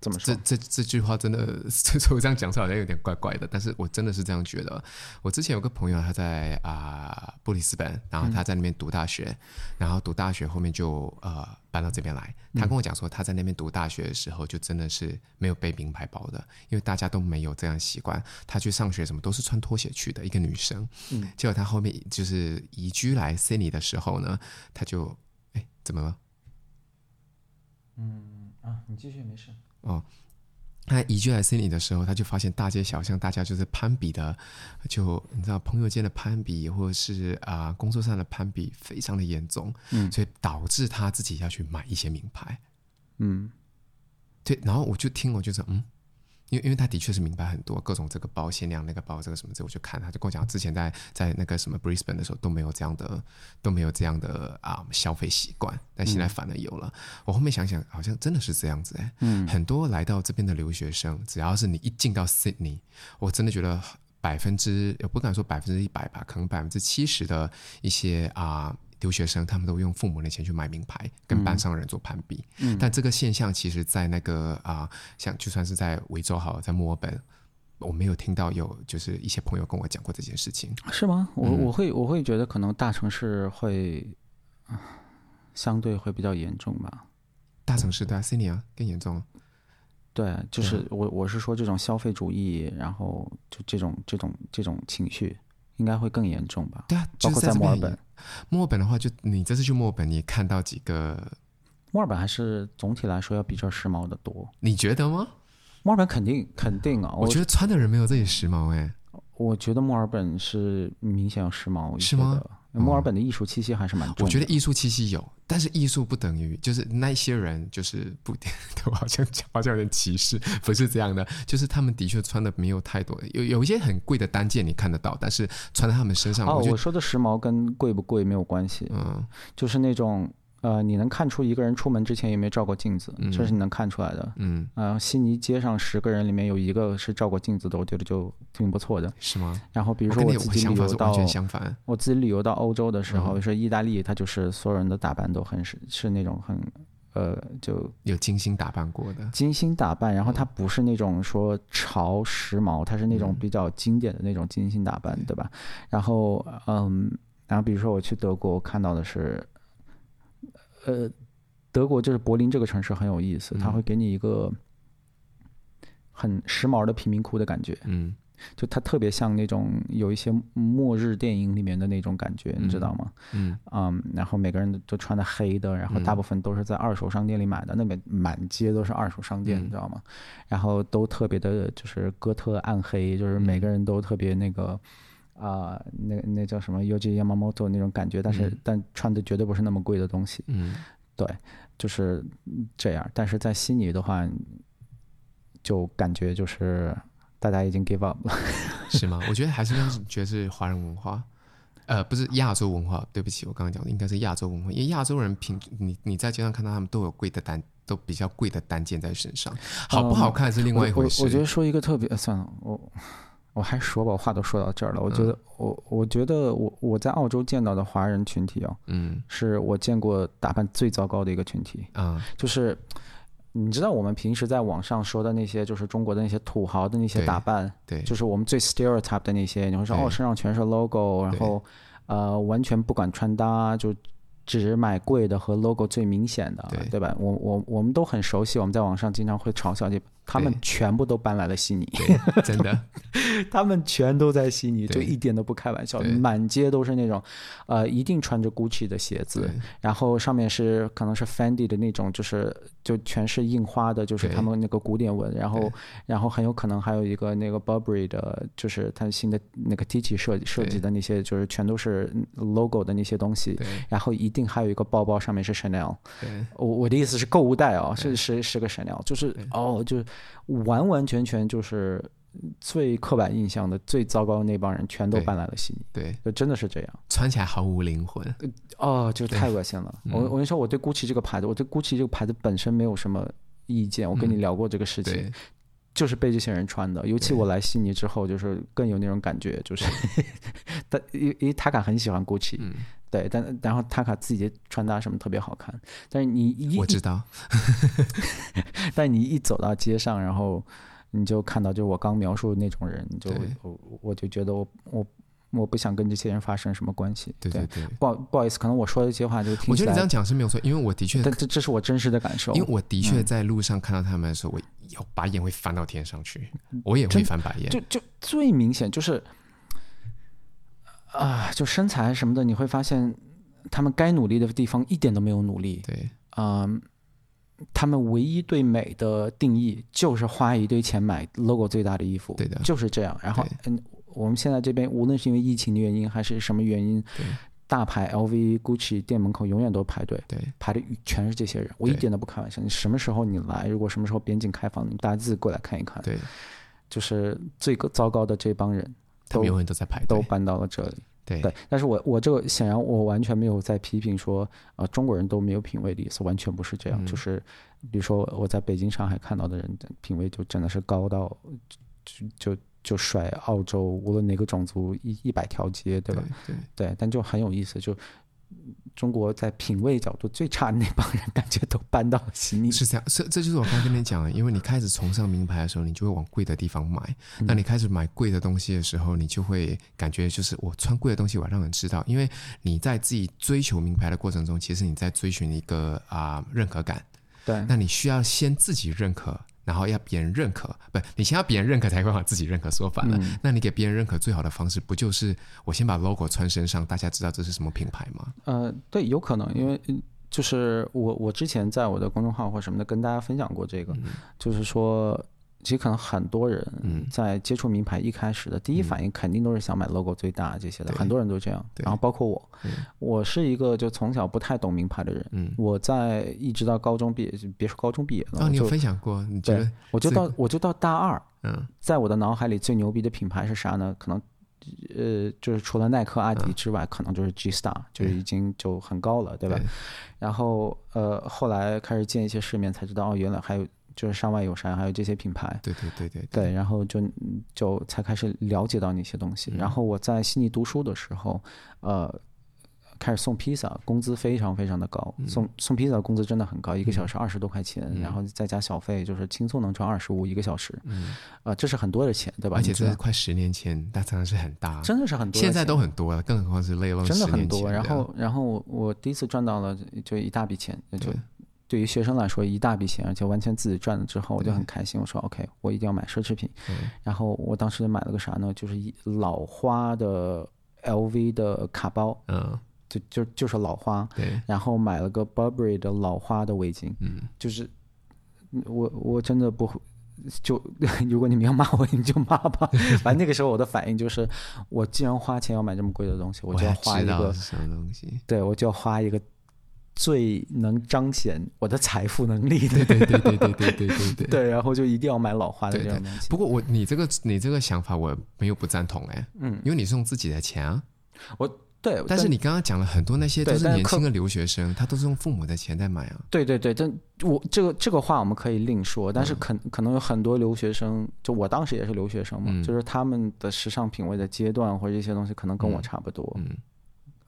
S2: 怎么说
S1: 这？这这句话真的， 这我这样讲是好像有点怪怪的，但是我真的是这样觉得。我之前有个朋友，他在啊、布里斯本，然
S2: 嗯
S1: 后他在那边读大学，然后读大学后面就呃搬到这边来。
S2: 嗯
S1: 他跟我讲说，他在那边读大学的时候，就真的是没有背名牌包的，因为大家都没有这样习惯。他去上学什么都是穿拖鞋去的，一个女生。
S2: 嗯，
S1: 结果他后面就是移居来悉尼的时候呢，他就哎怎么了？
S2: 啊，你继续，没事。
S1: 他移居来悉尼的时候，他就发现大街小巷，大家就是攀比的，就你知道朋友间的攀比，或者是啊、工作上的攀比，非常的严重，
S2: 嗯
S1: 所以导致他自己要去买一些名牌。
S2: 嗯
S1: 对，然后我就听，我就说，嗯，因为因为他的确是名牌很多，各种这个包限量，那个包这个什么这，我就看他就跟我讲，之前在在那个什么 Brisbane 的时候都没有这样的都没有这样的啊、消费习惯，但现在反而有了。我后面想想，好像真的是这样子哎、
S2: 嗯
S1: 很多来到这边的留学生，只要是你一进到 Sydney，我真的觉得百分之也不敢说百分之一百吧，可能百分之七十的一些啊、留学生，他们都用父母的钱去买名牌，跟班上人做攀比。
S2: 嗯
S1: 但这个现象其实，在那个啊、像就算是在维州好了，在墨尔本。我没有听到有就是一些朋友跟我讲过这件事情，
S2: 是吗？我
S1: 嗯
S2: 我会我会觉得可能大城市会啊相对会比较严重吧。
S1: 大城市对啊，Sydney 啊更严重啊，
S2: 对，就
S1: 对啊
S2: 是我我是说这种消费主义，然后就这种这种这种情绪，应该会更严重吧？
S1: 对啊，
S2: 包
S1: 就是
S2: 括
S1: 在这
S2: 墨尔
S1: 边
S2: 本，
S1: 墨尔本的话，就你这次去墨尔本，你看到几个？
S2: 墨尔本还是总体来说要比这儿时髦的多。
S1: 你觉得吗？
S2: 墨尔本肯定肯定啊，
S1: 我
S2: 我
S1: 觉得穿的人没有这里时髦哎、
S2: 我觉得墨尔本是明显要时髦一
S1: 是
S2: 些
S1: 吗嗯
S2: 的。墨尔本的艺术气息还是蛮重的。
S1: 我觉得艺术气息有，但是艺术不等于就是那些人就是不， 我好像讲好像有点歧视，不是这样的，就是他们的确穿的没有太多，有有一些很贵的单件你看得到，但是穿在他们身上，
S2: 哦，
S1: 我就
S2: 我说的时髦跟贵不贵没有关系，
S1: 嗯
S2: 就是那种呃，你能看出一个人出门之前有没有照过镜子，这是你能看出来的。
S1: 嗯
S2: 啊、悉尼街上十个人里面有一个是照过镜子的，我觉得就挺不错的。
S1: 是吗？
S2: 然后比
S1: 我
S2: 如说
S1: 跟你
S2: 自
S1: 我
S2: 己
S1: 想
S2: 旅
S1: 法
S2: 游
S1: 是
S2: 到
S1: 完全相反，嗯
S2: 我自己旅游到欧洲的时候，说意大利，它就是所有人的打扮都很是是那种很呃就
S1: 有精心打扮过的，
S2: 精心打扮，然后它不是那种说潮时髦，它是那种比较经典的那种精心打扮，对吧？然后嗯，然后比如说我去德国，我看到的是，呃，德国就是柏林这个城市很有意思，它会给你一个很时髦的贫民窟的感觉，
S1: 嗯
S2: 就它特别像那种有一些末日电影里面的那种感觉，你知道吗？
S1: 嗯
S2: 嗯，然后每个人都穿的黑的，然后大部分都是在二手商店里买的，那边满街都是二手商店，你知道吗？然后都特别的，就是哥特暗黑，就是每个人都特别那个。啊、那那叫什么 UG Yamamoto 那种感觉，但是、但穿的绝对不是那么贵的东西，
S1: 嗯
S2: 就是这样。但是在悉尼的话，就感觉就是大家已经 give up 了。
S1: 是吗？我觉得还是让觉得是华人文化，呃，不是亚洲文化。对不起，我刚刚讲的应该是亚洲文化，因为亚洲人平你你在街上看到他们都有贵的单，都比较贵的单件在身上，好不好看是另
S2: 哦我
S1: 外一
S2: 我
S1: 回事。
S2: 我觉得说一个特别呃算了，我我还说吧，我话都说到这儿了。我觉
S1: 嗯
S2: 得、我我觉得我我在澳洲见到的华人群体啊，
S1: 嗯
S2: 是我见过打扮最糟糕的一个群体，
S1: 啊，
S2: 就是。你知道我们平时在网上说的那些，就是中国的那些土豪的那些
S1: 对
S2: 打扮，
S1: 对，
S2: 就是我们最 stereotype 的那些，你会说
S1: 对
S2: 哦，身上全是 logo，然
S1: 对
S2: 后呃完全不管穿搭，就只买贵的和 logo 最明显的，
S1: 对
S2: 对吧？我我我们都很熟悉，我们在网上经常会嘲笑这，他们
S1: 对
S2: 全部都搬来了悉尼，
S1: 对，真的，
S2: 他们全都在悉尼，就
S1: 对
S2: 一点都不开玩笑，
S1: 对
S2: 满街都是那种呃一定穿着 Gucci 的鞋子
S1: 对，
S2: 然后上面是可能是 Fendi 的那种，就是就全是印花的，就是
S1: 对
S2: 他们那个古典文，然后然后很有可能还有一个那个 Burberry 的，就是它新的那个 T 恤设计设计的那些，就是全都是 logo 的那些东西，
S1: 对
S2: 然后一定还有一个包包上面是 Chanel，
S1: 对
S2: 我我的意思是购物袋哦，是是是个 Chanel，就是哦，就是完完全全就是最刻板印象的最糟糕的那帮人全都
S1: 对
S2: 搬来了悉尼，
S1: 对，
S2: 就真的是这样。
S1: 穿起来毫无灵魂。
S2: 哦，就太恶心了。
S1: 嗯
S2: 我我跟你说，我对 GUCCI 这个牌子，我对 GUCCI 这个牌子本身没有什么意见。我跟你聊过这个事情，
S1: 嗯对，
S2: 就是被这些人穿的。尤其我来悉尼之后，就是更有那种感 觉，就是但因因为塔卡很喜欢 GUCCI，、
S1: 嗯
S2: 对，但然后塔卡自己的穿搭什么特别好看，但是你一
S1: 我知道，
S2: 但你一走到街上，然后你就看到就是我刚描述的那种人，你就
S1: 对
S2: 我我就觉得我我我不想跟这些人发生什么关系。
S1: 对对对。
S2: 不好不好意思，可能我说的这些话就听
S1: 我觉得你
S2: 起
S1: 这
S2: 来
S1: 样，讲是没有错，因为我的确，
S2: 但这嗯这是我真实的感受
S1: 因为。我的确在路上看到他们的时候，我要把眼会翻到天上去，我也会
S2: 嗯真
S1: 翻白眼。
S2: 就就最明显就是啊、就身材什么的，你会发现他们该努力的地方一点都没有努力。
S1: 对
S2: 嗯，他们唯一对美的定义就是花一堆钱买 logo 最大的衣服，
S1: 对的
S2: 就是这样。然后
S1: 对，
S2: 嗯，我们现在这边无论是因为疫情的原因还是什么原因
S1: 对，
S2: 大牌 LV、GUCCI 店门口永远都排队，
S1: 对
S2: 排的全是这些人。我一
S1: 对
S2: 点都不开玩笑，你什么时候你来，如果什么时候边境开放，你们大家自己过来看一看。
S1: 对，
S2: 就是最个糟糕的这帮人
S1: 他们
S2: 都
S1: 永远都在排
S2: 都
S1: 队。
S2: 搬到了这里。
S1: 对
S2: 对，但是我我这个显然我完全没有在批评说呃中国人都没有品味的意思，完全不是
S1: 嗯
S2: 这样。就是比如说我在北京、上海看到的人，品味就真的是高到就就就就甩澳洲无论哪个种族一一百条街，对吧？嗯
S1: 对
S2: 对，但就很有意思，就中国在品味角度最差的那帮人，感觉都搬到了悉尼。
S1: 是这样，这这就是我刚才跟你讲的，因为你开始崇尚名牌的时候，你就会往贵的地方买。
S2: 嗯
S1: 那你开始买贵的东西的时候，你就会感觉就是我穿贵的东西，我要让人知道。因为你在自己追求名牌的过程中，其实你在追寻一个啊、认可感。
S2: 对，
S1: 那你需要先自己认可，然后要别人认可，不，你先要别人认可才有办法自己认可。说反
S2: 嗯
S1: 了，那你给别人认可最好的方式，不就是我先把 logo 穿身上，大家知道这是什么品牌吗？
S2: 呃，对，有可能，因为嗯就是我我之前在我的公众号或什么的跟大家分享过这个，
S1: 嗯
S2: 就是说，其实可能很多
S1: 嗯
S2: 人在接触名牌一开始的第一反应肯定都是想买 logo 最大这些的，
S1: 对
S2: 很多人都这样，
S1: 对
S2: 然后包括我
S1: 对，
S2: 我是一个就从小不太懂名牌的人，
S1: 嗯
S2: 我在一直到高中毕业，就别说高中毕业了，
S1: 哦，
S2: 我
S1: 你有
S2: 就
S1: 分享过，你觉
S2: 对
S1: 得，
S2: 我就
S1: 这
S2: 到我就到大二，
S1: 嗯，
S2: 在我的脑海里最牛逼的品牌是啥呢？可能，呃，就是除了耐克、阿迪之外，可能就是 G Star，就是已经就很高了，对吧？
S1: 对
S2: 然后呃，后来开始见一些世面，才知道哦，原来还有就是山外有山，还有这些品牌。
S1: 对对对对对，
S2: 对，然后就就才开始了解到那些东西。然
S1: 嗯
S2: 后我在悉尼读书的时候，呃，开始送披萨，工资非常非常的高，
S1: 嗯
S2: 送送披萨的工资真的很高，一个小时二十多块钱，然后再加小费，就是轻松能赚二十五一个小时，
S1: 嗯，
S2: 啊，这是很多的钱，对吧？
S1: 而且
S2: 你知
S1: 这
S2: 道
S1: 是快十年前，那真的是很大，
S2: 真的是很多的钱，
S1: 现在都很多了，啊更何况是 lay low
S2: 真的
S1: 十
S2: 很
S1: 年前
S2: 多。
S1: 的
S2: 然后，然后我我第一次赚到了就一大笔钱，就对于学生来说一大笔钱，而且完全自己赚了之后，我就很开心。我说 OK，我一定要买奢侈品。
S1: 嗯
S2: 然后我当时就买了个啥呢？就是一老花的 LV 的卡包，
S1: 嗯，
S2: 就就就是老花。
S1: 对，
S2: 然后买了个 Burberry 的老花的围巾，
S1: 嗯，
S2: 就是我我真的不会。就 如果你们要骂我，你就骂吧。反正那个时候我的反应就是，我既然花钱要买这么贵的东西，我就要
S1: 还
S2: 花一
S1: 知道
S2: 个
S1: 是什么东西，
S2: 对，我就要花一个最能彰显我的财富能力的。
S1: 对对对对对对对对对。
S2: 对，然后就一定要买老花的
S1: 对
S2: 这种
S1: 对
S2: 东西。
S1: 不过我你这个你这个想法我没有不赞同哎、
S2: 嗯，
S1: 因为你是用自己的钱啊。
S2: 我对，
S1: 但是你刚刚讲了很多那些
S2: 对
S1: 都是
S2: 但是
S1: 年
S2: 客
S1: 轻的留学生，他都是用父母的钱在买啊。
S2: 对对对，但我这个这个话我们可以另说，但是
S1: 嗯
S2: 可可能有很多留学生，就我当时也是留学生嘛，
S1: 嗯
S2: 就是他们的时尚品味的阶段或者一些东西，可能跟我
S1: 嗯
S2: 差不多，
S1: 嗯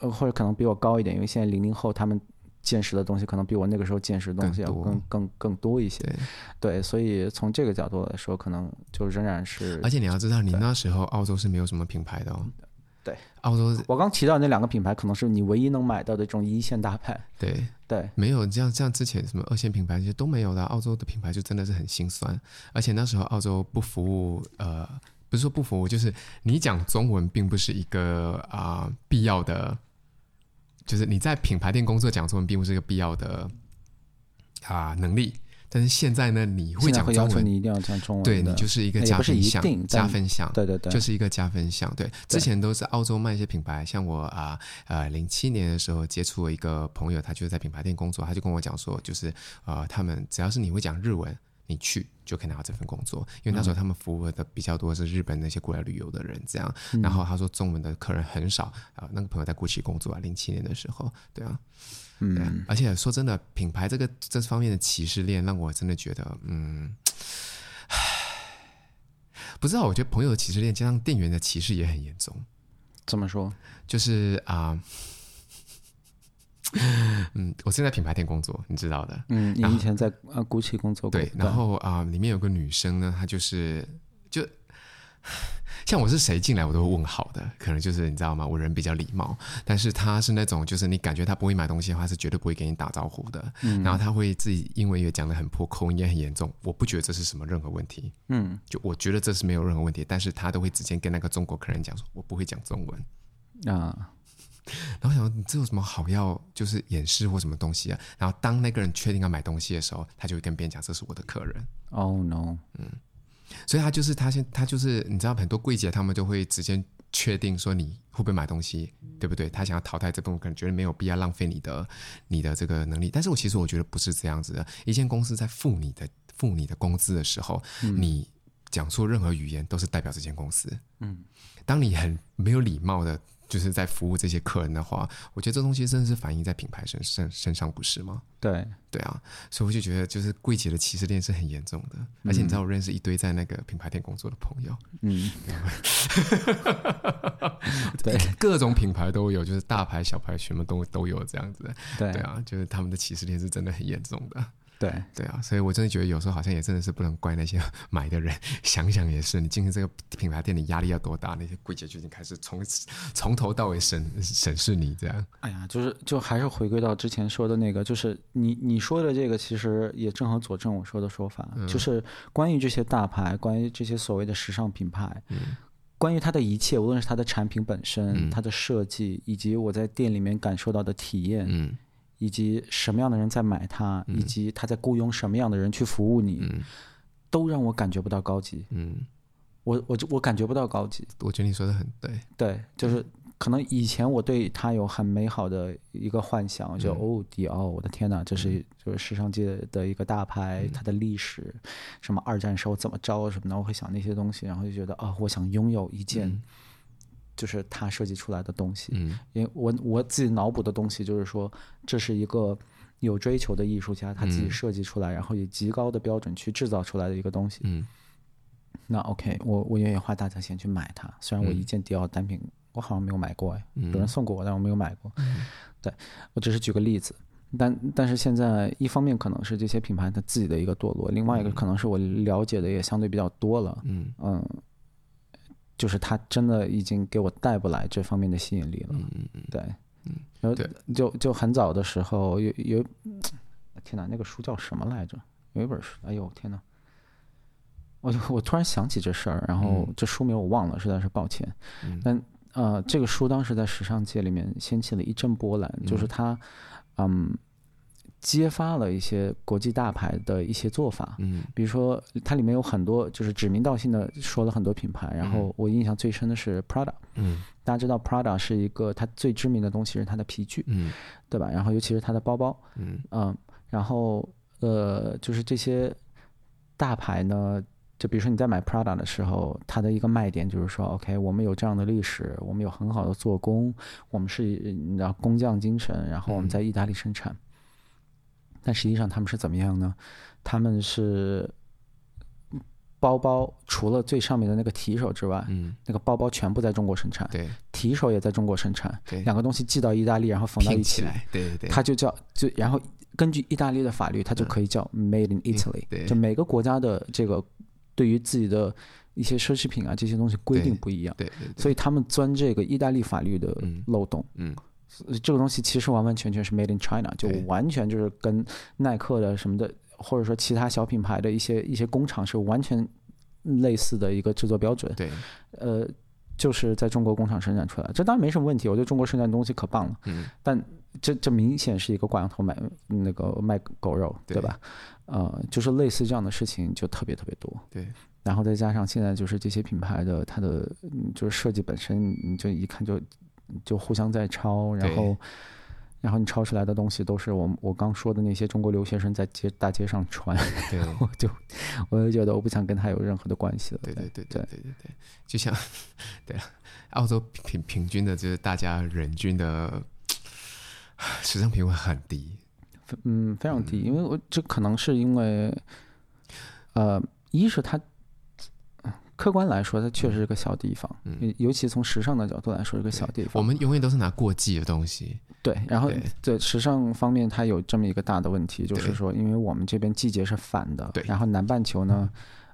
S2: 呃，或者可能比我高一点，因为现在零零后他们见识的东西，可能比我那个时候见识的东西要
S1: 更多
S2: 更更更多一些。
S1: 对
S2: 对，所以从这个角度来说，可能就仍然是
S1: 而。且你要知道，你那时候澳洲是没有什么品牌的哦。
S2: 对，
S1: 澳洲
S2: 我刚提到那两个品牌，可能是你唯一能买到的这种一线大牌。
S1: 对
S2: 对，
S1: 没有这样这样之前什么二线品牌这些都没有的，澳洲的品牌就真的是很心酸。而且那时候澳洲不服务，呃，不是说不服务，就是你讲中文并不是一个啊、必要的，就是你在品牌店工作讲中文并不是一个必要的啊、能力。但是现在呢，你会
S2: 现在
S1: 讲
S2: 会要
S1: 中
S2: 求
S1: 文，
S2: 你一定要讲中文的。
S1: 对你就是一个
S2: 也
S1: 加
S2: 不是
S1: 分
S2: 一
S1: 项
S2: 定，
S1: 加
S2: 但
S1: 分项。
S2: 对对对，
S1: 就是一个加分项。对，之前都是澳洲卖一些品牌，像我啊呃零七、年的时候接触了一个朋友，他就是在品牌店工作，他就跟我讲说，就是呃他们只要是你会讲日文。你去就可以拿到这份工作，因为那时候他们服务的比较多是日本那些过来旅游的人，这样。
S2: 嗯
S1: 然后他说中文的客人很少，啊、那个朋友在 GUCCI 工作啊，零七年的时候，对啊，对啊
S2: 嗯，
S1: 而且说真的，品牌这个这方面的歧视链，让我真的觉得，嗯，唉不知道。我觉得朋友的歧视链加上店员的歧视也很严重，
S2: 怎么说？
S1: 就是啊、 嗯，我现在品牌店工作，你知道的，
S2: 嗯，
S1: 然
S2: 你
S1: 后
S2: 以前在呃 GUCCI 工作过，
S1: 对。然后啊、里面有个女生呢，她就是就。 像我是谁进来我都会问好的，可能就是你知道吗？我人比较礼貌，但是她是那种就是你感觉她不会买东西的话，是绝对不会给你打招呼的。
S2: 嗯
S1: 然后他会自己英文也讲得很破，口音也很严重。我不觉得这是什么任何问题，
S2: 嗯
S1: 就我觉得这是没有任何问题。但是他都会直接跟那个中国客人讲说，我不会讲中文。
S2: 啊，
S1: 然后我想说你这有什么好要就是掩饰或什么东西啊？然后当那个人确定要买东西的时候，他就会跟别人讲这是我的客人。
S2: 哦 no，
S1: 所以他就是他先他就是你知道很多柜姐他们就会直接确定说你会不会买东西，对不对？他想要淘汰这部分，可能觉得没有必要浪费你的你的这个能力。但是我其实我觉得不是这样子的。一间公司在付你的付你的工资的时候，你讲出任何语言都是代表这间公司。
S2: 嗯，
S1: 当你很没有礼貌的。就是在服务这些客人的话，我觉得这东西真的是反映在品牌身身身上，不是吗？
S2: 对，
S1: 对啊，所以我就觉得就是柜姐的歧视链是很严重的，而且你知道我认识一堆在那个品牌店工作的朋 友，
S2: 嗯，
S1: 各种品牌都有，就是大牌小牌什么都都有这样子的。
S2: 对
S1: 对啊，就是他们的歧视链是真的很严重的。
S2: 对，
S1: 对啊，所以我真的觉得有时候好像也真的是不能怪那些 买的人，想想也是，你进去这个品牌店，你压力要多大？那些柜姐就已经开始从从头到尾审审视你这样。
S2: 哎呀，就是就还是回归到之前说的那个，就是你你说的这个，其实也正好佐证我说的说法，
S1: 嗯
S2: 就是关于这些大牌，关于这些所谓的时尚品牌。
S1: 嗯
S2: 关于它的一切，无论是它的产品本身、它的设计，以及我在店里面感受到的体验，
S1: 嗯
S2: 以及什么样的人在买它，以及他在雇佣什么样的人去服务你，
S1: 嗯
S2: 都让我感觉不到高级。
S1: 嗯，
S2: 我我就我感觉不到高级。
S1: 我觉得你说的很对。
S2: 对，就是可能以前我对它有很美好的一个幻想，我觉得哦，迪奥，我的天呐，这是就是时尚界的一个大牌，它的历史，什么二战时候怎么着什么的，我会想那些东西，然后就觉得啊、我想拥有一件。就是他设计出来的东西，
S1: 嗯
S2: 因为我我自己脑补的东西就是说，这是一个有追求的艺术家他自己设计出来，然后以极高的标准去制造出来的一个东西。
S1: 嗯
S2: 那 OK，我我愿意花大价钱去买它，虽然我一件迪奥单品、我好像没有买过哎，有人送过我，但我没有买过。对我只是举个例子，但但是现在一方面可能是这些品牌它自己的一个堕落，另外一个可能是我了解的也相对比较多了，
S1: 嗯
S2: 嗯，就是它真的已经给我带不来这方面的吸引力了，
S1: 嗯嗯，
S2: 对，然
S1: 对
S2: 后就就很早的时候有有，天哪，那个书叫什么来着？有一本书，哎呦天哪！我我突然想起这事儿，然后这书名我忘了，实在是抱歉。
S1: 嗯
S2: 但呃，这个书当时在时尚界里面掀起了一阵波澜，就是它，嗯，揭发了一些国际大牌的一些做法，
S1: 嗯
S2: 比如说它里面有很多就是指名道姓的说了很多品牌，然后我印象最深的是 Prada。
S1: 嗯
S2: 大家知道 Prada 是一个它最知名的东西是它的皮具，
S1: 嗯
S2: 对吧？然后尤其是它的包包，
S1: 嗯
S2: 嗯，然后呃，就是这些大牌呢，就比如说你在买 Prada 的时候，它的一个卖点就是说，OK，我们有这样的历史，我们有很好的做工，我们是你知道工匠精神，然
S1: 嗯
S2: 后我们在意大利生产。但实际上他们是怎么样呢？他们是包包除了最上面的那个提手之外，
S1: 嗯，
S2: 那个包包全部在中国生产，
S1: 对
S2: 提手也在中国生产，
S1: 对，
S2: 两个东西寄到意大利，然后缝到一
S1: 拼
S2: 起
S1: 起。来，对对对，嗯
S2: 它就叫就然后根据意大利的法律，它就可以叫 Made in Italy、
S1: 对
S2: 就每个国家的这个对于自己的一些奢侈品啊这些东西规定不一样，
S1: 对对对，
S2: 所以他们钻这个意大利法律的
S1: 嗯
S2: 漏洞。
S1: 嗯
S2: 呃这个东西其实完完全全是 Made in China，就
S1: 对
S2: 完全就是跟耐克的什么的，或者说其他小品牌的一些一些工厂是完全类似的一个制作标准。
S1: 对，
S2: 呃，就是在中国工厂生产出来的，这当然没什么问题。我觉得中国生产的东西可棒了，
S1: 嗯
S2: 但这这明显是一个挂羊头卖那个卖狗肉，对
S1: 对
S2: 吧？呃，就是类似这样的事情就特别特别多。
S1: 对，
S2: 然后再加上现在就是这些品牌的它的嗯就是设计本身，你就一看就就互相在抄，然
S1: 对
S2: 后。然后你抄出来的东西都是我我刚说的那些中国留学生在街大街上穿，
S1: 对。
S2: 我就 我就觉得我不想跟他有任何的关系了。
S1: 对对对对
S2: 对
S1: 对对对，就像对啊，澳洲平平均的，就是大家人均的时尚品味很低，
S2: 嗯，非常低，因为我这可能是因为，呃，一是它客观来说，它确实是个小地方，
S1: 嗯
S2: 尤其从时尚的角度来说，是个小地方。
S1: 我们永远都是拿过季的东西，
S2: 对，然后
S1: 对
S2: 对时尚方面，它有这么一个大的问题，就是
S1: 对
S2: 说，因为我们这边季节是反的
S1: 对，嗯
S2: 然后南半球呢，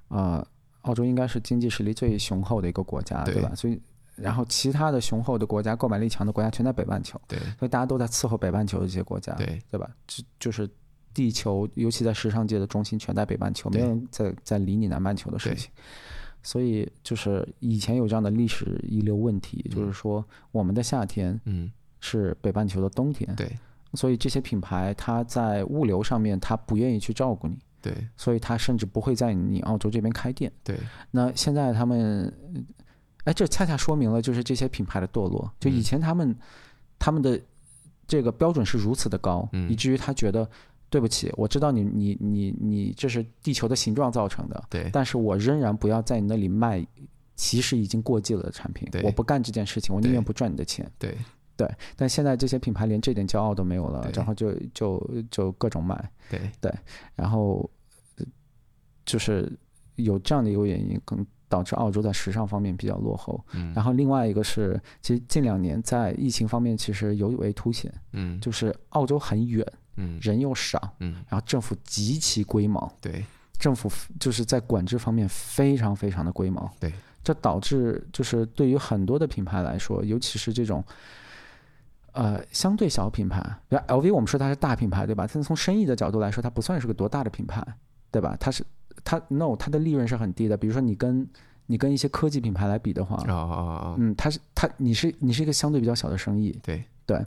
S2: 呃，澳洲应该是经济实力最雄厚的一个国家，对
S1: 对
S2: 吧？所以，然后其他的雄厚的国家、购买力强的国家全在北半球，
S1: 对
S2: 所以大家都在伺候北半球的这些国家。
S1: 对
S2: 对吧？就就是地球，尤其在时尚界的中心全在北半球，没
S1: 对
S2: 有人在在理你南半球的事
S1: 对
S2: 情。所以就是以前有这样的历史遗留问题，就是说我们的夏天
S1: 嗯
S2: 是北半球的冬天，
S1: 对
S2: 所以这些品牌它在物流上面它不愿意去照顾你，
S1: 对
S2: 所以它甚至不会在你澳洲这边开店。
S1: 对
S2: 那现在他们，哎，这恰恰说明了就是这些品牌的堕落。
S1: 嗯
S2: 就以前他们、他们的这个标准是如此的高，
S1: 嗯
S2: 以至于他觉得对不起，我知道你你你你这是地球的形状造成的，
S1: 对
S2: 但是我仍然不要在你那里卖其实已经过季了的产品
S1: 对，
S2: 我不干这件事情，我宁
S1: 对
S2: 愿不赚你的钱。
S1: 对
S2: 对，但现在这些品牌连这点骄傲都没有了
S1: 对，
S2: 然后就就就各种卖。
S1: 对
S2: 然后呃就是有这样的一个原因，可能导致澳洲在时尚方面比较落后。
S1: 嗯
S2: 然后另外一个是，其实近两年在疫情方面其实尤为凸显，
S1: 嗯
S2: 就是澳洲很远，
S1: 嗯
S2: 人又少，
S1: 嗯
S2: 然后政府极其龟毛，
S1: 对
S2: 政府就是在管制方面非常非常的龟毛。
S1: 对，
S2: 这导致就是对于很多的品牌来说，尤其是这种。呃，相对小品牌，比如 LV，我们说它是大品牌，对吧？但从生意的角度来说，它不算是个多大的品牌，对吧？它是它 no，它的利润是很低的。比如说你跟你跟一些科技品牌来比的话，
S1: 哦哦哦
S2: 嗯，它是它你是你是一个相对比较小的生意，
S1: 对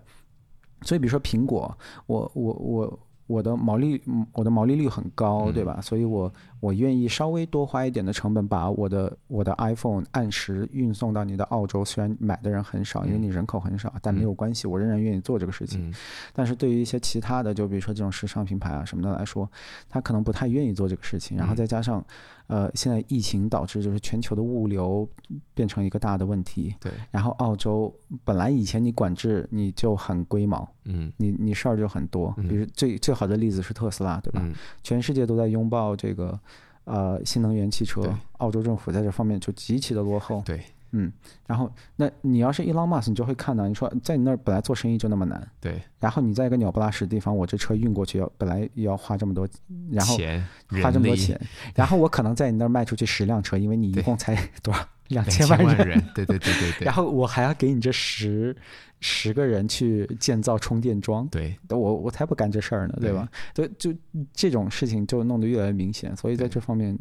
S2: 所以比如说苹果，我我我我的毛利嗯我的毛利率很高，对
S1: 嗯
S2: 吧？所以我我愿意稍微多花一点的成本，把我的我的 iPhone 按时运送到你的澳洲。虽然买的人很少，因为你人口很少，但没有关系，我仍然愿意做这个事情。
S1: 嗯
S2: 但是对于一些其他的，就比如说这种时尚品牌啊什么的来说，他可能不太愿意做这个事情。
S1: 嗯
S2: 然后再加上，呃，现在疫情导致就是全球的物流变成一个大的问题。
S1: 对
S2: 然后澳洲本来以前你管制你就很龟毛，
S1: 嗯
S2: 你你事儿就很多。比如最最好的例子是特斯拉，对吧？
S1: 嗯
S2: 全世界都在拥抱这个呃新能源汽车
S1: 对，
S2: 澳洲政府在这方面就极其的落后。
S1: 对
S2: 嗯，然后那你要是 Elon Musk，你就会看到，你说在你那儿本来做生意就那么难，
S1: 对
S2: 然后你在一个鸟不拉屎的地方，我这车运过去要本来也要花这么多，然后
S1: 钱
S2: 花
S1: 人
S2: 这么多
S1: 力
S2: 钱，然后我可能在你那儿卖出去十辆车，因为你一
S1: 对
S2: 共才多 少两
S1: 哎千
S2: 千万人，
S1: 人对对对对对
S2: 然后我还要给你这十十个人去建造充电桩。
S1: 对
S2: 我我才不干这事儿呢，对吧？就就这种事情就弄得越来越明显，所以在
S1: 对
S2: 这方面，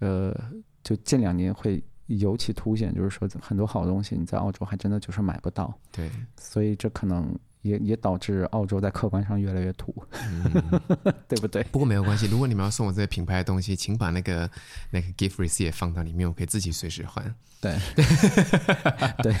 S2: 呃，就近两年会尤其凸显，就是说很多好东西你在澳洲还真的就是买不到，
S1: 对
S2: 所以这可能也也导致澳洲在客观上越来越土， 对不对？
S1: 不过没有关系，如果你们要送我这些品牌的东西，请把那个那个 gift receipt 也放到里面，我可以自己随时换。
S2: 对， 对，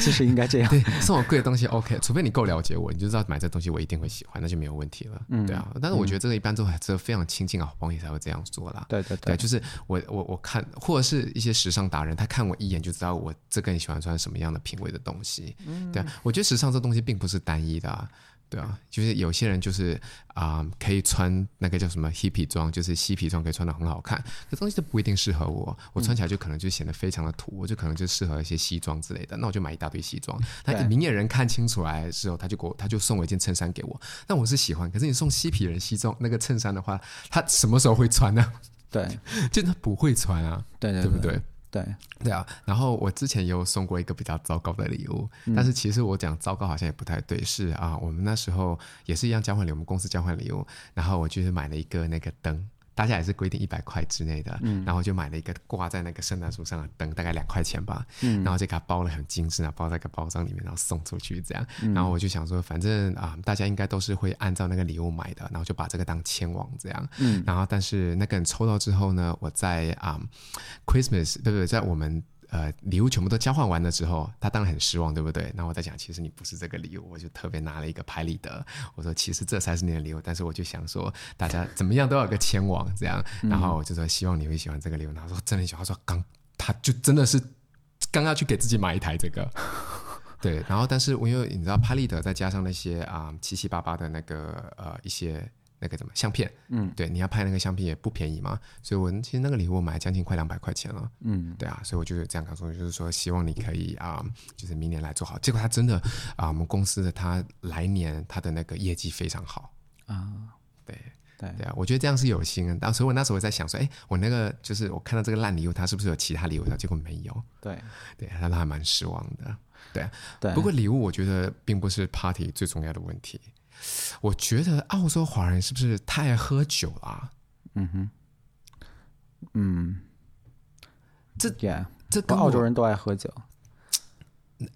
S2: 其实应该这样。
S1: 对，送我贵的东西 OK，除非你够了解我，你就知道买这东西我一定会喜欢，那就没有问题了。嗯，对啊。但是我觉得这个一般都还只有非常亲近的好朋友才会这样做啦。
S2: 对对
S1: 对，就是我我我看，或者是一些时尚达人，他看我一眼就知道我这个人喜欢穿什么样的品味的东西。嗯，对啊。我觉得时尚这东西并不是单一的、啊。对啊，就是有些人就是啊、呃可以穿那个叫什么 hippie 装，就是嬉皮装，可以穿的很好看。这东西都不一定适合我，我穿起来就可能就显得非常的土，我就可能就适合一些西装之类的。那我就买一大堆西装。那
S2: 对
S1: 明眼人看清楚来的时候，他就给我，他就送我一件衬衫给我。那我是喜欢，可是你送嬉皮人西装那个衬衫的话，他什么时候会穿呢、
S2: 对
S1: 就他不会穿啊，
S2: 对对
S1: 对不对？
S2: 对，
S1: 对啊，然后我之前也有送过一个比较糟糕的礼物，但是其实我讲糟糕好像也不太对，是啊，我们那时候也是一样交换礼物，我们公司交换礼物，然后我就是买了一个那个灯。大家也是规定一百块之内的，然后就买了一个挂在那个圣诞树上的灯，大概两块钱吧，然后就给它包了很精致啊，包在一个包装里面，然后送出去这样。然后我就想说，反正啊、大家应该都是会按照那个礼物买的，然后就把这个当签网这样。然后但是那个人抽到之后呢，我在啊、Christmas 对不对？在我们呃礼物全部都交换完了之后，他当然很失望，对不对？然后我在想，其实你不是这个礼物，我就特别拿了一个拍立得，我说其实这才是你的礼物，但是我就想说大家怎么样都要有个前往这样，然后我就说希望你会喜欢这个礼物，然后他说真的很喜欢，他说刚他就真的是刚要去给自己买一台这个。 对，然后但是我因为你知道拍立得再加上那些啊、七七八八的那个呃一些那个怎么相片，嗯，对，你要拍那个相片也不便宜嘛，所以我其实那个礼物我买将近快两百块钱了，嗯，对啊，所以我就这样告诉你，就是说希望你可以啊、就是明年来做好。结果他真的啊、我们公司的他来年他的那个业绩非常好，
S2: 啊，
S1: 对。
S2: 对
S1: 对啊，我觉得这样是有心的。但所以我那时候我在想说，哎，我那个就是我看到这个烂礼物，他是不是有其他礼物？结果没有，
S2: 对
S1: 对，他他还蛮失望的。对啊，
S2: 对。
S1: 不过礼物我觉得并不是 party 最重要的问题，我觉得澳洲华人是不是太爱喝酒啊啦、
S2: 嗯，
S1: 这
S2: yeah，
S1: 这
S2: 不
S1: 跟
S2: 过澳洲人都爱喝酒，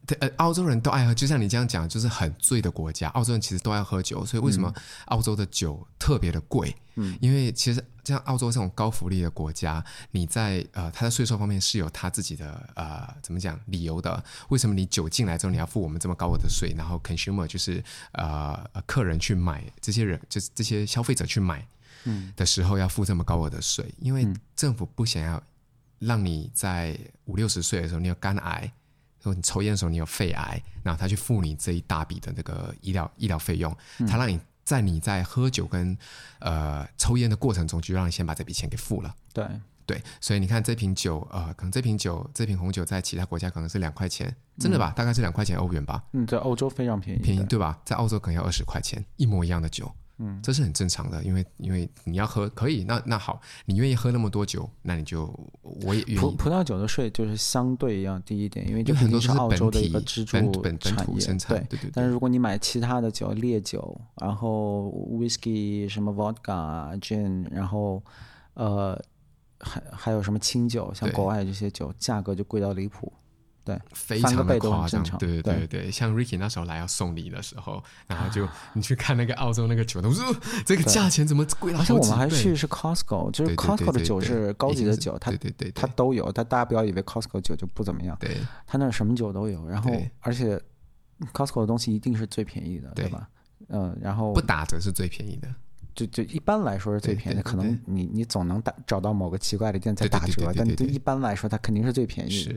S1: 对呃，澳洲人都爱喝，就像你这样讲，就是很醉的国家，澳洲人其实都爱喝酒，所以为什么澳洲的酒特别的贵？嗯，因为其实像澳洲这种高福利的国家，你在呃它的税收方面是有它自己的呃怎么讲理由的？为什么你酒进来之后你要付我们这么高额的税？然后 consumer 就是呃呃客人去买，这些人就是这些消费者去买，嗯的时候要付这么高额的税，因为政府不想要让你在五六十岁的时候你有肝癌。说你抽烟的时候你有肺癌，然后他去付你这一大笔的那个医疗医疗费用，他让你在你在喝酒跟呃抽烟的过程中，就让你先把这笔钱给付了。
S2: 对
S1: 对，所以你看这瓶酒，呃，可能这瓶酒这瓶红酒在其他国家可能是两块钱，真的吧？大概是两块钱欧元吧，
S2: 嗯，在欧洲非常便宜，
S1: 便宜
S2: 嗯对
S1: 对吧？在澳洲可能要二十块钱，一模一样的酒。嗯，这是很正常的，因为因为你要喝可以，那那好，你愿意喝那么多酒，那你就我也愿
S2: 葡
S1: 意。
S2: 葡萄酒的税就是相对要低一点，因为这
S1: 有
S2: 毕
S1: 很
S2: 竟
S1: 多
S2: 是
S1: 就是
S2: 澳
S1: 本
S2: 洲的一
S1: 体
S2: 个支柱
S1: 本本本
S2: 产
S1: 土
S2: 业，
S1: 生产，
S2: 对。
S1: 对对对
S2: 但是如果你买其他的酒，烈酒，然后 whisky 什么 vodka、gin，然后呃，还还有什么清酒，像
S1: 对
S2: 国外这些酒价格就贵到离谱。
S1: 非
S2: 翻个
S1: 常的
S2: 倍都很
S1: 夸张
S2: 正，常
S1: 对对对对，像 Ricky 那时候来要送礼的时候，然后就
S2: 啊
S1: 你去看那个澳洲那个酒，我说呃这个价钱怎么贵了
S2: 而且
S1: 好
S2: 我
S1: 几
S2: 们还
S1: 倍
S2: 去是 Costco，就
S1: 对对对
S2: 是 Costco 的
S1: 对
S2: 酒
S1: 对
S2: 是高
S1: 已
S2: 级
S1: 经
S2: 的
S1: 是
S2: 酒，它
S1: 对对对
S2: 它嗯
S1: 对
S2: 都有，但大家不要以为 Costco 酒就不怎么样，
S1: 对
S2: 它那儿什么酒都有。然后
S1: 对
S2: 而且 Costco 的东西一定是最便宜的，对
S1: 对
S2: 吧？嗯，然后
S1: 不打折是最便宜的，
S2: 就就一般来说是最
S1: 对
S2: 便宜的，
S1: 对
S2: 可能
S1: 对
S2: 你你总能打找到某个奇怪的店在
S1: 对对
S2: 打
S1: 对对
S2: 折
S1: 对，对
S2: 但
S1: 对
S2: 就
S1: 对
S2: 一般来说它肯定是最便宜的。
S1: 是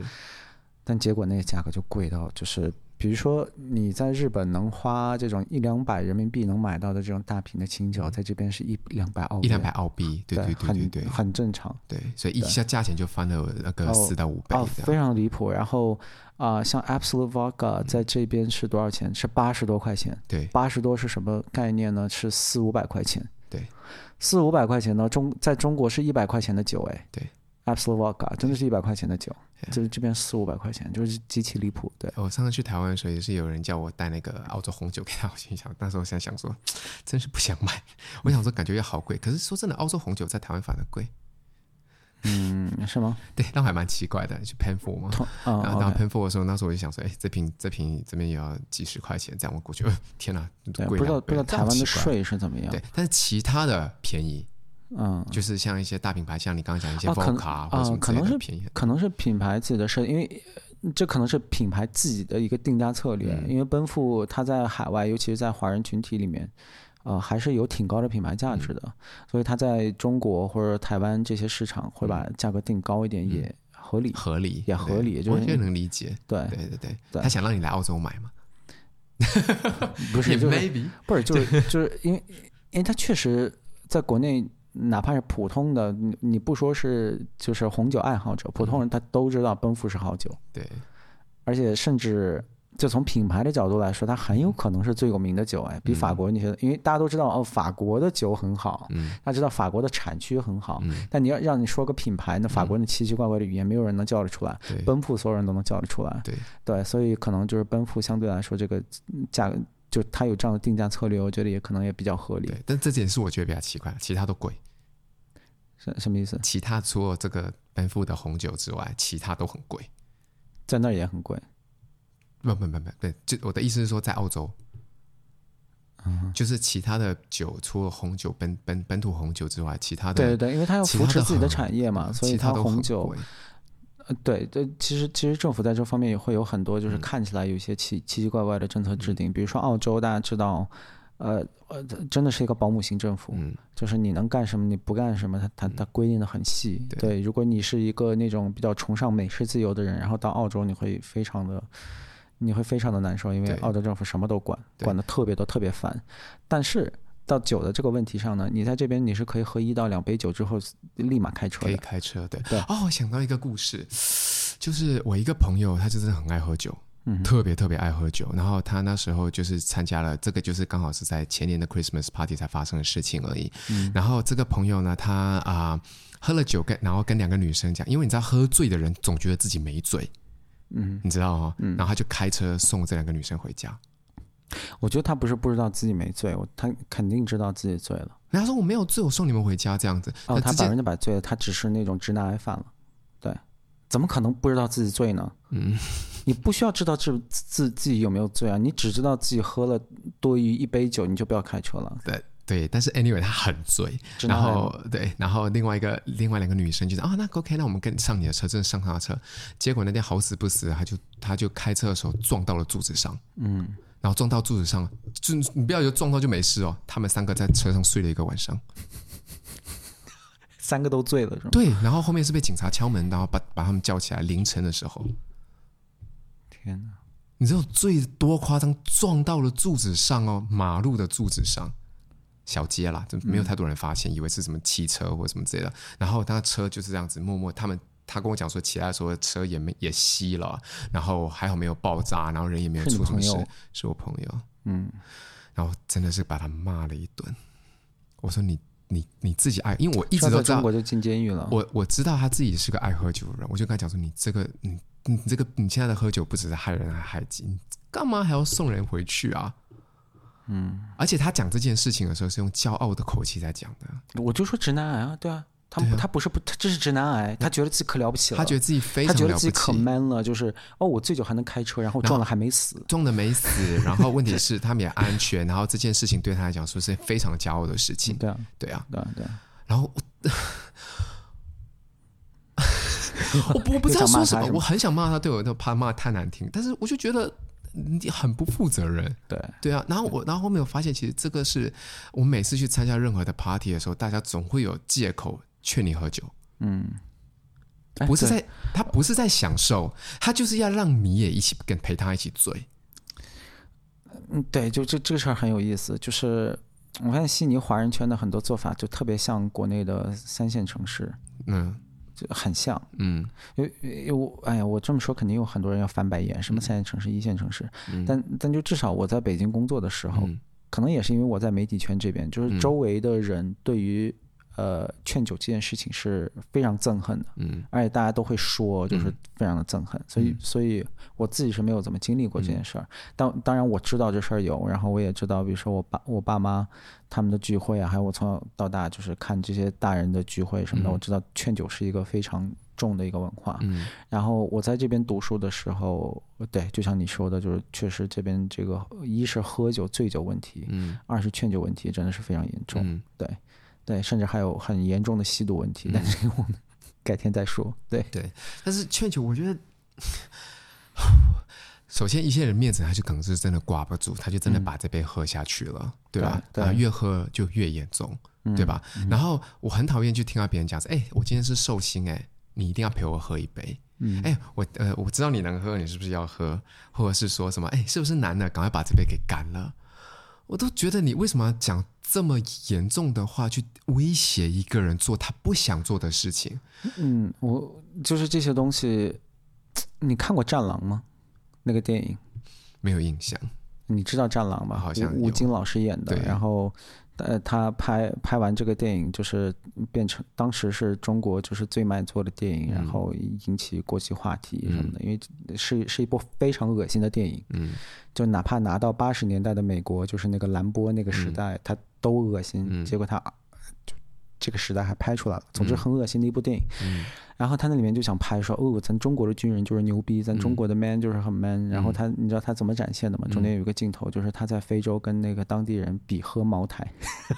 S2: 但结果那个价格就贵到就是，比如说你在日本能花这种一两百人民币能买到的这种大瓶的清酒，在这边是一两百澳
S1: 嗯一两
S2: 元
S1: 百澳币，对对对对
S2: 很
S1: 对
S2: 很正常。
S1: 对，所以一下价钱就翻了那个
S2: 哦
S1: 四到五倍
S2: 哦，
S1: 这
S2: 非
S1: 样，
S2: 常离谱。然后啊、像 Absolute
S1: 嗯
S2: Vodka 在这边是多少钱？是八十多块钱。
S1: 对
S2: 八十多是什么概念呢？是四五百块钱。
S1: 对，
S2: 四五百块钱呢，中在中国是一百块钱的酒，哎，
S1: 对
S2: ，Absolute Vodka 真的是一百块钱的酒，
S1: Yeah
S2: 就是这边四五百块钱，就是极其离谱。 对，
S1: 我上次去台湾的时候，也是有人叫我带那个澳洲红酒给他，我心想，那时候我想想说，真是不想买。我想说，感觉也好贵，可是说真的，澳洲红酒在台湾反而贵。
S2: 嗯，是吗？
S1: 对，那还蛮奇怪的，去 Penfold 嘛。
S2: 同
S1: 然后到
S2: 啊，
S1: Penfold 的时候，那时候我就想说，哎，这瓶这瓶这边也要几十块钱，这样我过去，呃天哪，
S2: 对，
S1: 贵
S2: 不知道
S1: 两
S2: 不知
S1: 倍
S2: 道
S1: 这
S2: 台
S1: 样
S2: 湾的
S1: 奇怪
S2: 税是怎么样？
S1: 对，但是其他的便宜，
S2: 嗯，
S1: 就是像一些大品牌，像你刚刚讲一些
S2: 啊可
S1: v
S2: 能
S1: o c a 或者什么
S2: 啊可
S1: 之类
S2: 能
S1: 的
S2: 是
S1: 便宜很
S2: 可能是品牌自己的设，因为呃这可能是品牌自己的一个定价策略。因为奔赴它在海外，尤其是在华人群体里面，呃，还是有挺高的品牌价值的，所以它在中国或者台湾这些市场会把价格定高一点，也合理。
S1: 合理，
S2: 也合理
S1: 对
S2: 就是
S1: 我觉得能理解。
S2: 对，
S1: 对对对，
S2: 对
S1: 他想让你来澳洲买嘛，
S2: 不
S1: 也
S2: 是就是
S1: maybe
S2: 不是就是就是因为因为它确实在国内。哪怕是普通的，你你不说是就是红酒爱好者，普通人他都知道奔赴是好酒，
S1: 对
S2: 而且甚至就从品牌的角度来说，它
S1: 嗯
S2: 很有可能是最有名的酒，哎，比法国那些，因为大家都知道哦，法国的酒很好，
S1: 嗯，
S2: 大家知道法国的产区很好，
S1: 嗯
S2: 但你要让你说个品牌，那法国那奇奇怪怪的语言，没有人能叫得出来。
S1: 对
S2: 奔赴所有人都能叫得出来，
S1: 对
S2: 对，所以可能就是奔赴相对来说这个嗯价格，就它有这样的定价策略，我觉得也可能也比较合理
S1: 对。，但这件事我觉得比较奇怪，其他都贵，
S2: 什什么意思？
S1: 其他除了这个奔富的红酒之外，其他都很贵。
S2: 在那儿也很贵，
S1: 啊不不不不，对，就我的意思是说，在澳洲，
S2: 嗯
S1: 就是其他的酒，除了红酒本本本土红酒之外，其他的
S2: 对对对，因为它要
S1: 其
S2: 扶
S1: 他
S2: 持
S1: 的
S2: 自己的
S1: 很
S2: 产业 嘛，所以
S1: 其他
S2: 它
S1: 都很
S2: 红酒
S1: 贵
S2: 呃，对，这其实其实政府在这方面也会有很多，
S1: 嗯
S2: 就是看起来有一些奇奇奇怪怪的政策制定。比如说澳洲，大家知道，呃呃，真的是一个保姆型政府，
S1: 嗯
S2: 就是你能干什么，你不干什么，它它它规定的很细。
S1: 对
S2: 对，如果你是一个那种比较崇尚美式自由的人，然后到澳洲，你会非常的。你会非常的难受，因为
S1: 对
S2: 澳洲政府什么都管，
S1: 对
S2: 管的特别多，特别烦。但是到酒的这个问题上呢，你在这边你是可以喝一到两杯酒之后立马开车
S1: 可以
S2: 的。
S1: 开车，对
S2: 对
S1: 哦，我想到一个故事，就是我一个朋友，他就真的很爱喝酒。
S2: 嗯
S1: 特别特别爱喝酒，然后他那时候就是参加了这个，就是刚好是在前年的 Christmas party 才发生的事情而已。
S2: 嗯
S1: 然后这个朋友呢，他啊、喝了酒跟然后跟两个女生讲，因为你知道喝醉的人总觉得自己没醉，
S2: 嗯，
S1: 你知道吗、然后他就开车送这两个女生回家。
S2: 我觉得他不是不知道自己没醉，我他肯定知道自己醉了。
S1: 然后他说我没有醉，我送你们回家这样子。
S2: 哦，
S1: 那
S2: 他
S1: 之
S2: 百
S1: 前
S2: 分之百醉了，他只是那种直男癌犯了。对，怎么可能不知道自己醉呢？
S1: 嗯，
S2: 你不需要知道自自自己有没有醉啊，你只知道自己喝了多于一杯酒，你就不要开车了。
S1: 对对，但是 anyway 他很醉，
S2: 直男
S1: 然
S2: 癌
S1: 后对，然后另外一个另外两个女生就说啊，那 OK，那我们跟上你的车，真的上他的车。结果那天好死不死，他就他就开车的时候撞到了柱子上，嗯，然后撞到柱子上，就你不要以为撞到就没事哦，他们三个在车上睡了一个晚上。
S2: 三个都醉了是吗？
S1: 对，然后后面是被警察敲门，然后把把他们叫起来，凌晨的时候，
S2: 天哪！
S1: 你知道最多夸张，撞到了柱子上哦，马路的柱子上，小街啦，就
S2: 嗯
S1: 没有太多人发现，以为是什么汽车或什么之类的。然后他车就是这样子默默，他们他跟我讲说，起来的时候车也没也熄了，啊然后还好没有爆炸，然后人也没有
S2: 是你
S1: 出什么
S2: 朋
S1: 事
S2: 友，
S1: 是我朋友，嗯，然后真的是把他骂了一顿。我说你你你自己爱，因为我一直
S2: 要
S1: 都
S2: 在
S1: 知道
S2: 中国就进监狱了。
S1: 我我知道他自己是个爱喝酒的人，我就跟他讲说，你这个你你这个你现在的喝酒不只是害人还害己，你干嘛还要送人回去啊？嗯，而且他讲这件事情的时候是用骄傲的口气在讲的，
S2: 我就说直男癌啊，对啊，他们他不是不，他这是直男癌，他觉得自己可了不起了，
S1: 他觉得自己非
S2: 啊他
S1: 常
S2: 觉得
S1: 了
S2: 自
S1: 不
S2: 己可
S1: 起，
S2: man 了，就是哦，我醉酒还能开车，然后
S1: 然后
S2: 撞了还没死。
S1: 中了没 死，然后问题是他们也安全，然后这件事情对他来讲说是非常骄傲的事情，
S2: 对啊，
S1: 对啊，
S2: 对啊，对啊。
S1: 然 后我我不我不知道
S2: 又想
S1: 说
S2: 骂他
S1: 什么
S2: 是，吗
S1: 我很想骂他，对我都怕骂太难听，但是我就觉得你很不负责任。
S2: 对，
S1: 对啊，然后我，然后后面我发现，其实这个是我每次去参加任何的 party 的时候，大家总会有借口劝你喝酒，
S2: 哎
S1: 不是
S2: 对
S1: 在他不是在享受，他就是要让你也一起跟陪他一起醉。
S2: 嗯，对，就这这个事儿很有意思，就是我发现悉尼华人圈的很多做法就特别像国内的三线城市，
S1: 嗯
S2: 就很像。
S1: 嗯，
S2: 因为因为我哎呀，我这么说肯定有很多人要翻白眼，什么三线城市、一线城市，但但就至少我在北京工作的时候，
S1: 嗯
S2: 可能也是因为我在媒体圈这边，就是周围的人对于呃劝酒这件事情是非常憎恨的，
S1: 嗯
S2: 而且大家都会说，就是非常的憎恨。所以，所以我自己是没有怎么经历过这
S1: 嗯
S2: 件事儿。当当然我知道这事儿有，然后我也知道，比如说我爸我爸妈他们的聚会啊，还有我从小到大就是看这些大人的聚会什么的，
S1: 嗯
S2: 我知道劝酒是一个非常重的一个文化。
S1: 嗯
S2: 然后我在这边读书的时候，对，就像你说的，就是确实这边这个一是喝酒醉酒问题，
S1: 嗯
S2: 二是劝酒问题真的是非常严重。
S1: 嗯，
S2: 对，甚至还有很严重的吸毒问题，
S1: 嗯
S2: 但是这个我们 改天再说。对，
S1: 但是劝酒，我觉得。 首先，一些人面子他就可能是真的挂不住，他就真的把这杯喝下去了，对吧？
S2: 嗯对嗯
S1: 啊，
S2: 对
S1: 越喝就越严重，对吧？然后我很讨厌去听到别人讲说：“哎、我今天是寿星、哎，你一定要陪我喝一杯。”
S2: 嗯，
S1: 哎、我呃，我知道你能喝，你是不是要喝？或者是说什么？哎、是不是男的赶快把这杯给干了？我都觉得你为什么要讲这么严重的话去威胁一个人做他不想做的事情？
S2: 嗯，我就是这些东西，你看过《战狼》吗？那个电影，
S1: 没有印象。
S2: 你知道《战狼》吧？
S1: 好像
S2: 吴
S1: 有
S2: 吴京老师演的
S1: 对。
S2: 然后，呃，他拍拍完这个电影，就是变成当时是中国就是最卖座的电影，然
S1: 嗯
S2: 后引起国际话题什么的，因为是是一部非常恶心的电影。
S1: 嗯
S2: 就哪怕拿到八十年代的美国，就是那个兰波那个时代，他都恶心。
S1: 嗯
S2: 结果他就这个时代还拍出来了，总之很恶心的一部电影。
S1: 嗯
S2: 然后他那里面就想拍说，哦，咱中国的军人就是牛
S1: 嗯
S2: 逼，咱中国的 man 就是很 man、然后他，你知道他怎么展现
S1: 嗯
S2: 的吗？中间有一个镜头，就是他在非洲跟那个当地人比喝茅台，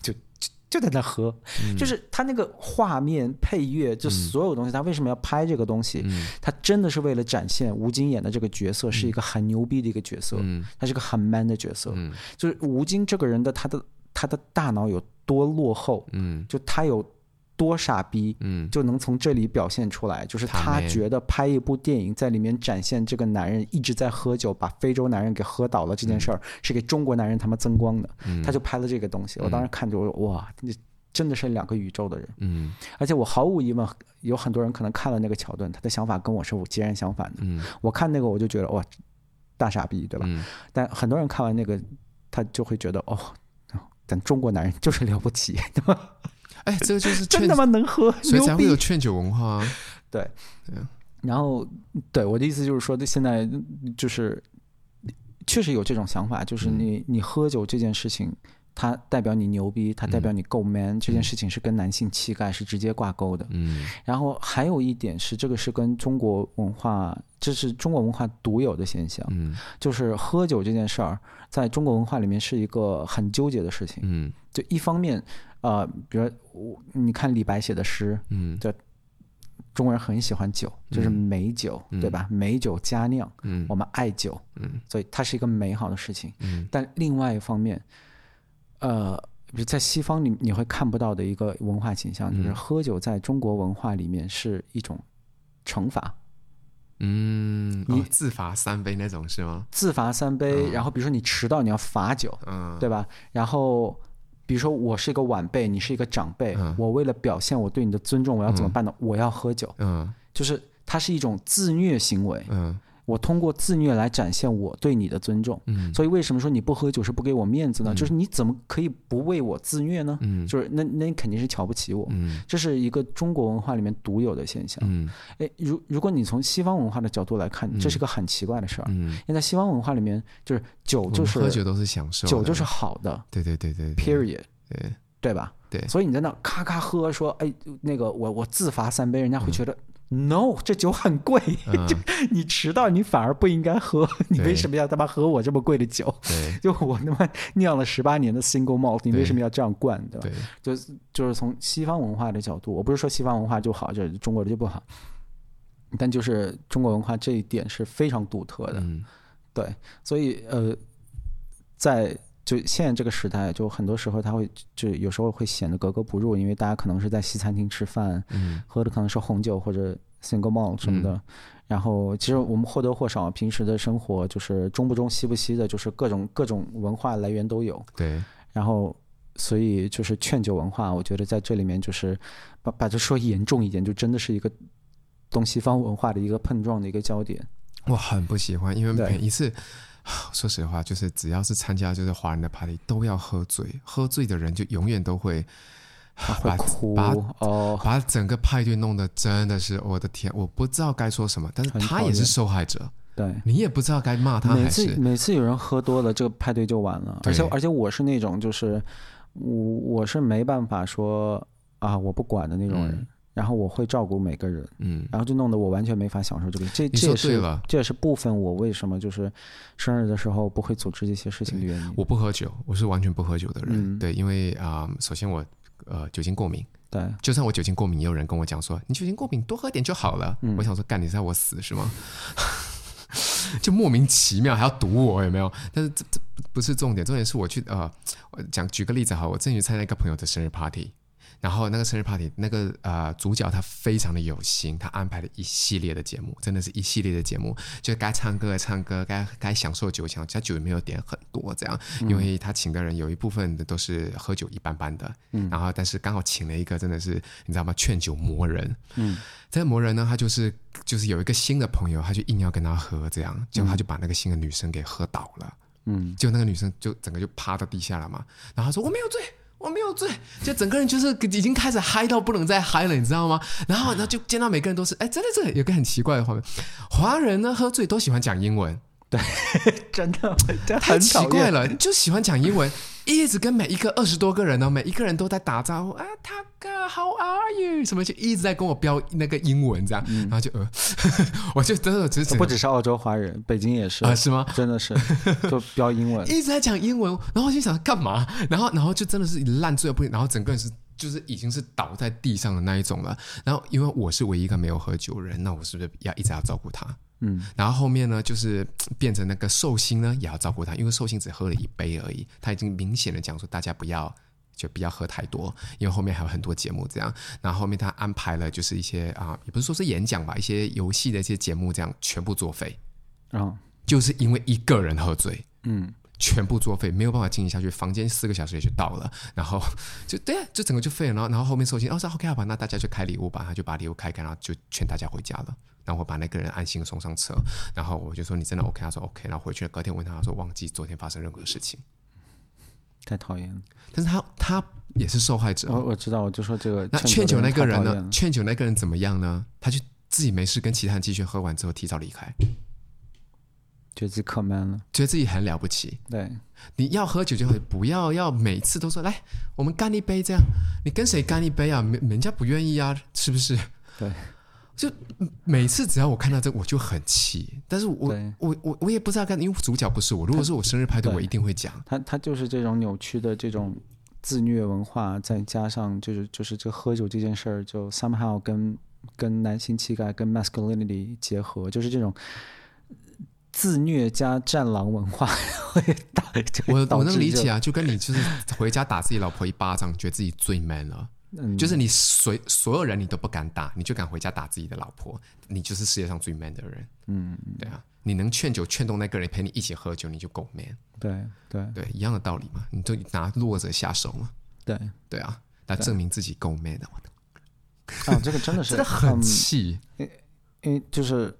S2: 就就就在那喝，
S1: 嗯
S2: 就是他那个画面、配乐，就所有东西，他为什么要拍这个东西？
S1: 嗯
S2: 他真的是为了展现吴京演的这个角色是一个很牛逼的一个角色，
S1: 嗯
S2: 他是个很 man 的角色。
S1: 嗯
S2: 就是吴京这个人的他的他的大脑有多落后，
S1: 嗯
S2: 就他有多傻逼，
S1: 嗯
S2: 就能从这里表现出来。就是
S1: 他
S2: 他
S1: man
S2: 觉得拍一部电影在里面展现这个男人一直在喝酒，把非洲男人给喝倒了这件事儿，是给中国男人他妈增光的。
S1: 嗯
S2: 他就拍了这个东西，我当时看着我说哇，这真的是两个宇宙的人。
S1: 嗯
S2: 而且我毫无疑问，有很多人可能看了那个桥段，他的想法跟我是截然相反的。
S1: 嗯
S2: 我看那个我就觉得哇，大傻逼，对吧？
S1: 嗯
S2: 但很多人看完那个，他就会觉得哦，咱中国男人 就是了不起，对吧？
S1: 哎、这个就是劝
S2: 真他， 妈能喝，
S1: 所以
S2: 牛
S1: 才会
S2: 逼
S1: 有！劝酒文化、啊。
S2: 对
S1: 对啊，
S2: 然后对我的意思就是说，现在就是确实有这种想法，就是你你喝酒这件事情。它代表你牛逼，它代表你够 man，、这件事情是跟男性气概是直接挂钩的。
S1: 嗯
S2: 然后还有一点是，这个是跟中国文化，这是中国文化独有的现象，
S1: 嗯
S2: 就是喝酒这件事儿，在中国文化里面是一个很纠结的事情。
S1: 嗯
S2: 就一方面，呃，比如我你看李白写的诗，
S1: 嗯
S2: 中国人很喜欢酒，就是美酒，
S1: 嗯
S2: 对吧？美酒佳酿，
S1: 嗯
S2: 我们爱酒，
S1: 嗯
S2: 所以它是一个美好的事情。
S1: 嗯
S2: 但另外一方面，呃，比如在西方你你会看不到的一个文化倾向，就是
S1: 嗯
S2: 喝酒在中国文化里面是一种惩罚，
S1: 嗯，
S2: 你
S1: 哦自罚三杯那种是吗？
S2: 自罚三杯，
S1: 嗯
S2: 然后比如说你迟到你要罚酒，
S1: 嗯，
S2: 对吧？然后比如说我是一个晚辈，你是一个长辈，
S1: 嗯
S2: 我为了表现我对你的尊重，我要怎么办呢？我要喝酒，
S1: 嗯
S2: 就是它是一种自虐行为，
S1: 嗯
S2: 我通过自虐来展现我对你的尊重。
S1: 嗯
S2: 所以为什么说你不喝酒是不给我面子呢？就是你怎么可以不为我自虐呢？
S1: 嗯
S2: 就是那那你肯定是瞧不起我。
S1: 嗯
S2: 这是一个中国文化里面独有的现象。
S1: 嗯
S2: 哎，如如果你从西方文化的角度来看，这是个很奇怪的事儿。
S1: 嗯。
S2: 因为在西方文化里面，就是酒
S1: 我
S2: 就
S1: 们
S2: 是
S1: 喝酒都是享受的，
S2: 酒就是好的
S1: 对对对对对
S2: ，period，
S1: 对
S2: 对吧？
S1: 对
S2: 所以你在那咔咔喝，说哎，那个我我自罚三杯，人
S1: 嗯
S2: 家会觉得、no，这酒很贵，就你迟到你反而不应该喝， 你为什么要他妈喝我这么贵的酒？
S1: 对
S2: 就我他妈酿了十八年的 single malt，你为
S1: 对
S2: 什么要这样灌，对吧？
S1: 对，
S2: 就是就是从西方文化的角度，我不是说西方文化就好，就是中国的就不好，但就是中国文化这一点是非常独特的。
S1: 嗯
S2: 对，所以呃，在就现在这个时代，就很多时候他会就有时候会显得格格不入，因为大家可能是在西餐厅吃饭，
S1: 嗯
S2: 喝的可能是红酒或者 single malt 什么的。然后，其实我们或多或少平时的生活就是中不中西不西的，就是各种各种文化来源都有。
S1: 对，
S2: 然后，所以就是劝酒文化，我觉得在这里面就是把把这说严重一点，就真的是一个东西方文化的一个碰撞的一个焦点。
S1: 我很不喜欢，因为
S2: 对
S1: 每一次。 说实话，就是只要是参加就是华人的 party，都要喝醉，喝醉的人就永远都会
S2: 他会
S1: 把
S2: 哭
S1: 把
S2: 哦，
S1: 把整个派对弄得真的是我的天，我不知道该说什么，但是
S2: 很
S1: 他
S2: 讨
S1: 也是
S2: 厌
S1: 受害者，
S2: 对。
S1: 你也不知道该骂啊他
S2: 每
S1: 还
S2: 次
S1: 是
S2: 每次有人喝多了，这个派对就完了。而且
S1: 对
S2: 而且我是那种就是我我是没办法说啊我不管的那种人，
S1: 嗯
S2: 然后我会照顾每个人，
S1: 嗯，
S2: 然后就弄得我完全没法享受这个。这
S1: 你说
S2: 这也
S1: 对
S2: 是
S1: 了。
S2: 这也是部分我为什么就是生日的时候不会组织这些事情的原因。
S1: 我不喝酒，我是完全不喝酒的人。
S2: 嗯
S1: 对，因为啊、首先我呃酒精过敏，
S2: 对，
S1: 就算我酒精过敏，也有人跟我讲说你酒精过敏多喝点就好了。我想说，干你是要我死是吗？ 就莫名其妙还要堵我有没有？但是这这不是重点，重点是我去呃，我讲举个例子哈，我之前去参加一个朋友的生日 party，然后那个生日 party 那个呃主角他非常的有心，他安排了一系列的节目，真的是一系列的节目，就该唱歌的唱歌，该该享受酒享，他酒也没有点很多这样，因为他请的人有一部分的都是喝酒一般般的，然后但是刚好请了一个真的是你知道吗？劝酒魔人，
S2: 嗯，
S1: 这个魔人呢，他就是就是有一个新的朋友，他就硬要跟他喝，这样，结果他就把那个新的女生给喝倒了。
S2: 嗯，
S1: 就那个女生就整个就趴到地下了嘛，然后她说我没有醉，我没有醉，就整个人就是已经开始嗨到不能再嗨了，你知道吗？然后然后就见到每个人都是，哎，真的是有个很奇怪的画面，华人呢喝醉都喜欢讲英文，
S2: 真的，这
S1: 太
S2: 很
S1: 奇
S2: 讨
S1: 怪
S2: 厌。
S1: 了，就喜欢讲英文，一直跟每一个二十多个人哦，每一个人都在打招呼啊，他哥，How are you？什么就一直在跟我飙那个英文这样，然后就呃， 我就真的只是
S2: 嗯不呃只是澳洲华人，北京也是，
S1: 啊是吗？
S2: 真的是就飙英文。
S1: 一直在讲英文，然后我心想干嘛？然后然后就真的是烂醉到不行，然后整个人是就是已经是倒在地上的那一种了。然后因为我是唯一一个没有喝酒人，那我是不是要一直要照顾他？
S2: 嗯，
S1: 然后后面呢，就是嘖变成那个寿星呢，也要照顾他，因为寿星只喝了一杯而已，他已经明显的讲说大家不要。就不要喝太多，因为后面还有很多节目这样。然后后面他安排了就是一些啊、也不是说是演讲吧，一些游戏的一些节目这样全部作废，
S2: 然后
S1: 就是因为一个人喝醉。
S2: 嗯，
S1: 全部作废，没有办法经营下去，房间四个小时也就到了，然后就对啊，就整个就废了，然后然后后面收心，哦，说 OK 好吧，那大家就开礼物吧，他就把礼物开开，然后就劝大家回家了，然后我把那个人安心的送上车，然后我就说你真的 OK，他说啊 OK，然后回去了，隔天我问他，他说忘记昨天发生任何事情，
S2: 太讨厌了。
S1: 但是他他也是受害者
S2: 我，我知道，我就说这个
S1: 啊那劝酒那
S2: 哦人
S1: 个
S2: 太
S1: 人
S2: 讨厌
S1: 呢
S2: 了？？
S1: 劝酒那个人怎么样呢？他就自己没事跟其他人继续喝完之后提早离开，
S2: 觉得自己可 man 了。
S1: 觉得自己很了不起，
S2: 对，
S1: 你要喝酒就喝，不要要每次都说来，我们干一杯这样。你跟谁干一杯啊？没人家不愿意啊，是不是？
S2: 对，
S1: 就嗯每次只要我看到这，我就很气。但是我
S2: 对
S1: 我我我也不知道干，因为主角不是我。如果是我生日派对，
S2: 对
S1: 我一定会讲。
S2: 他他就是这种扭曲的这种自虐文化，再加上就是就是这喝酒这件事儿，就 somehow 跟跟男性气概跟 masculinity 结合，就是这种自虐加战狼文化 会导就会
S1: 我
S2: 导
S1: 我能
S2: 致
S1: 理
S2: 这
S1: 解啊，就跟你就是回家打自己老婆一巴掌，觉得自己最 man 了。
S2: 嗯
S1: 就是你随所有人你都不敢打，你就敢回家打自己的老婆，你就是世界上最 man 的人。
S2: 嗯，
S1: 对啊，你能劝酒劝动那个人陪你一起喝酒，你就够 man。
S2: 对对
S1: 对，一样的道理嘛，你就拿弱者下手嘛，
S2: 对
S1: 对啊，来证明自己够 man 的，我的
S2: 啊，这个真的是
S1: 真的很
S2: 嗯
S1: 气，
S2: 因为就是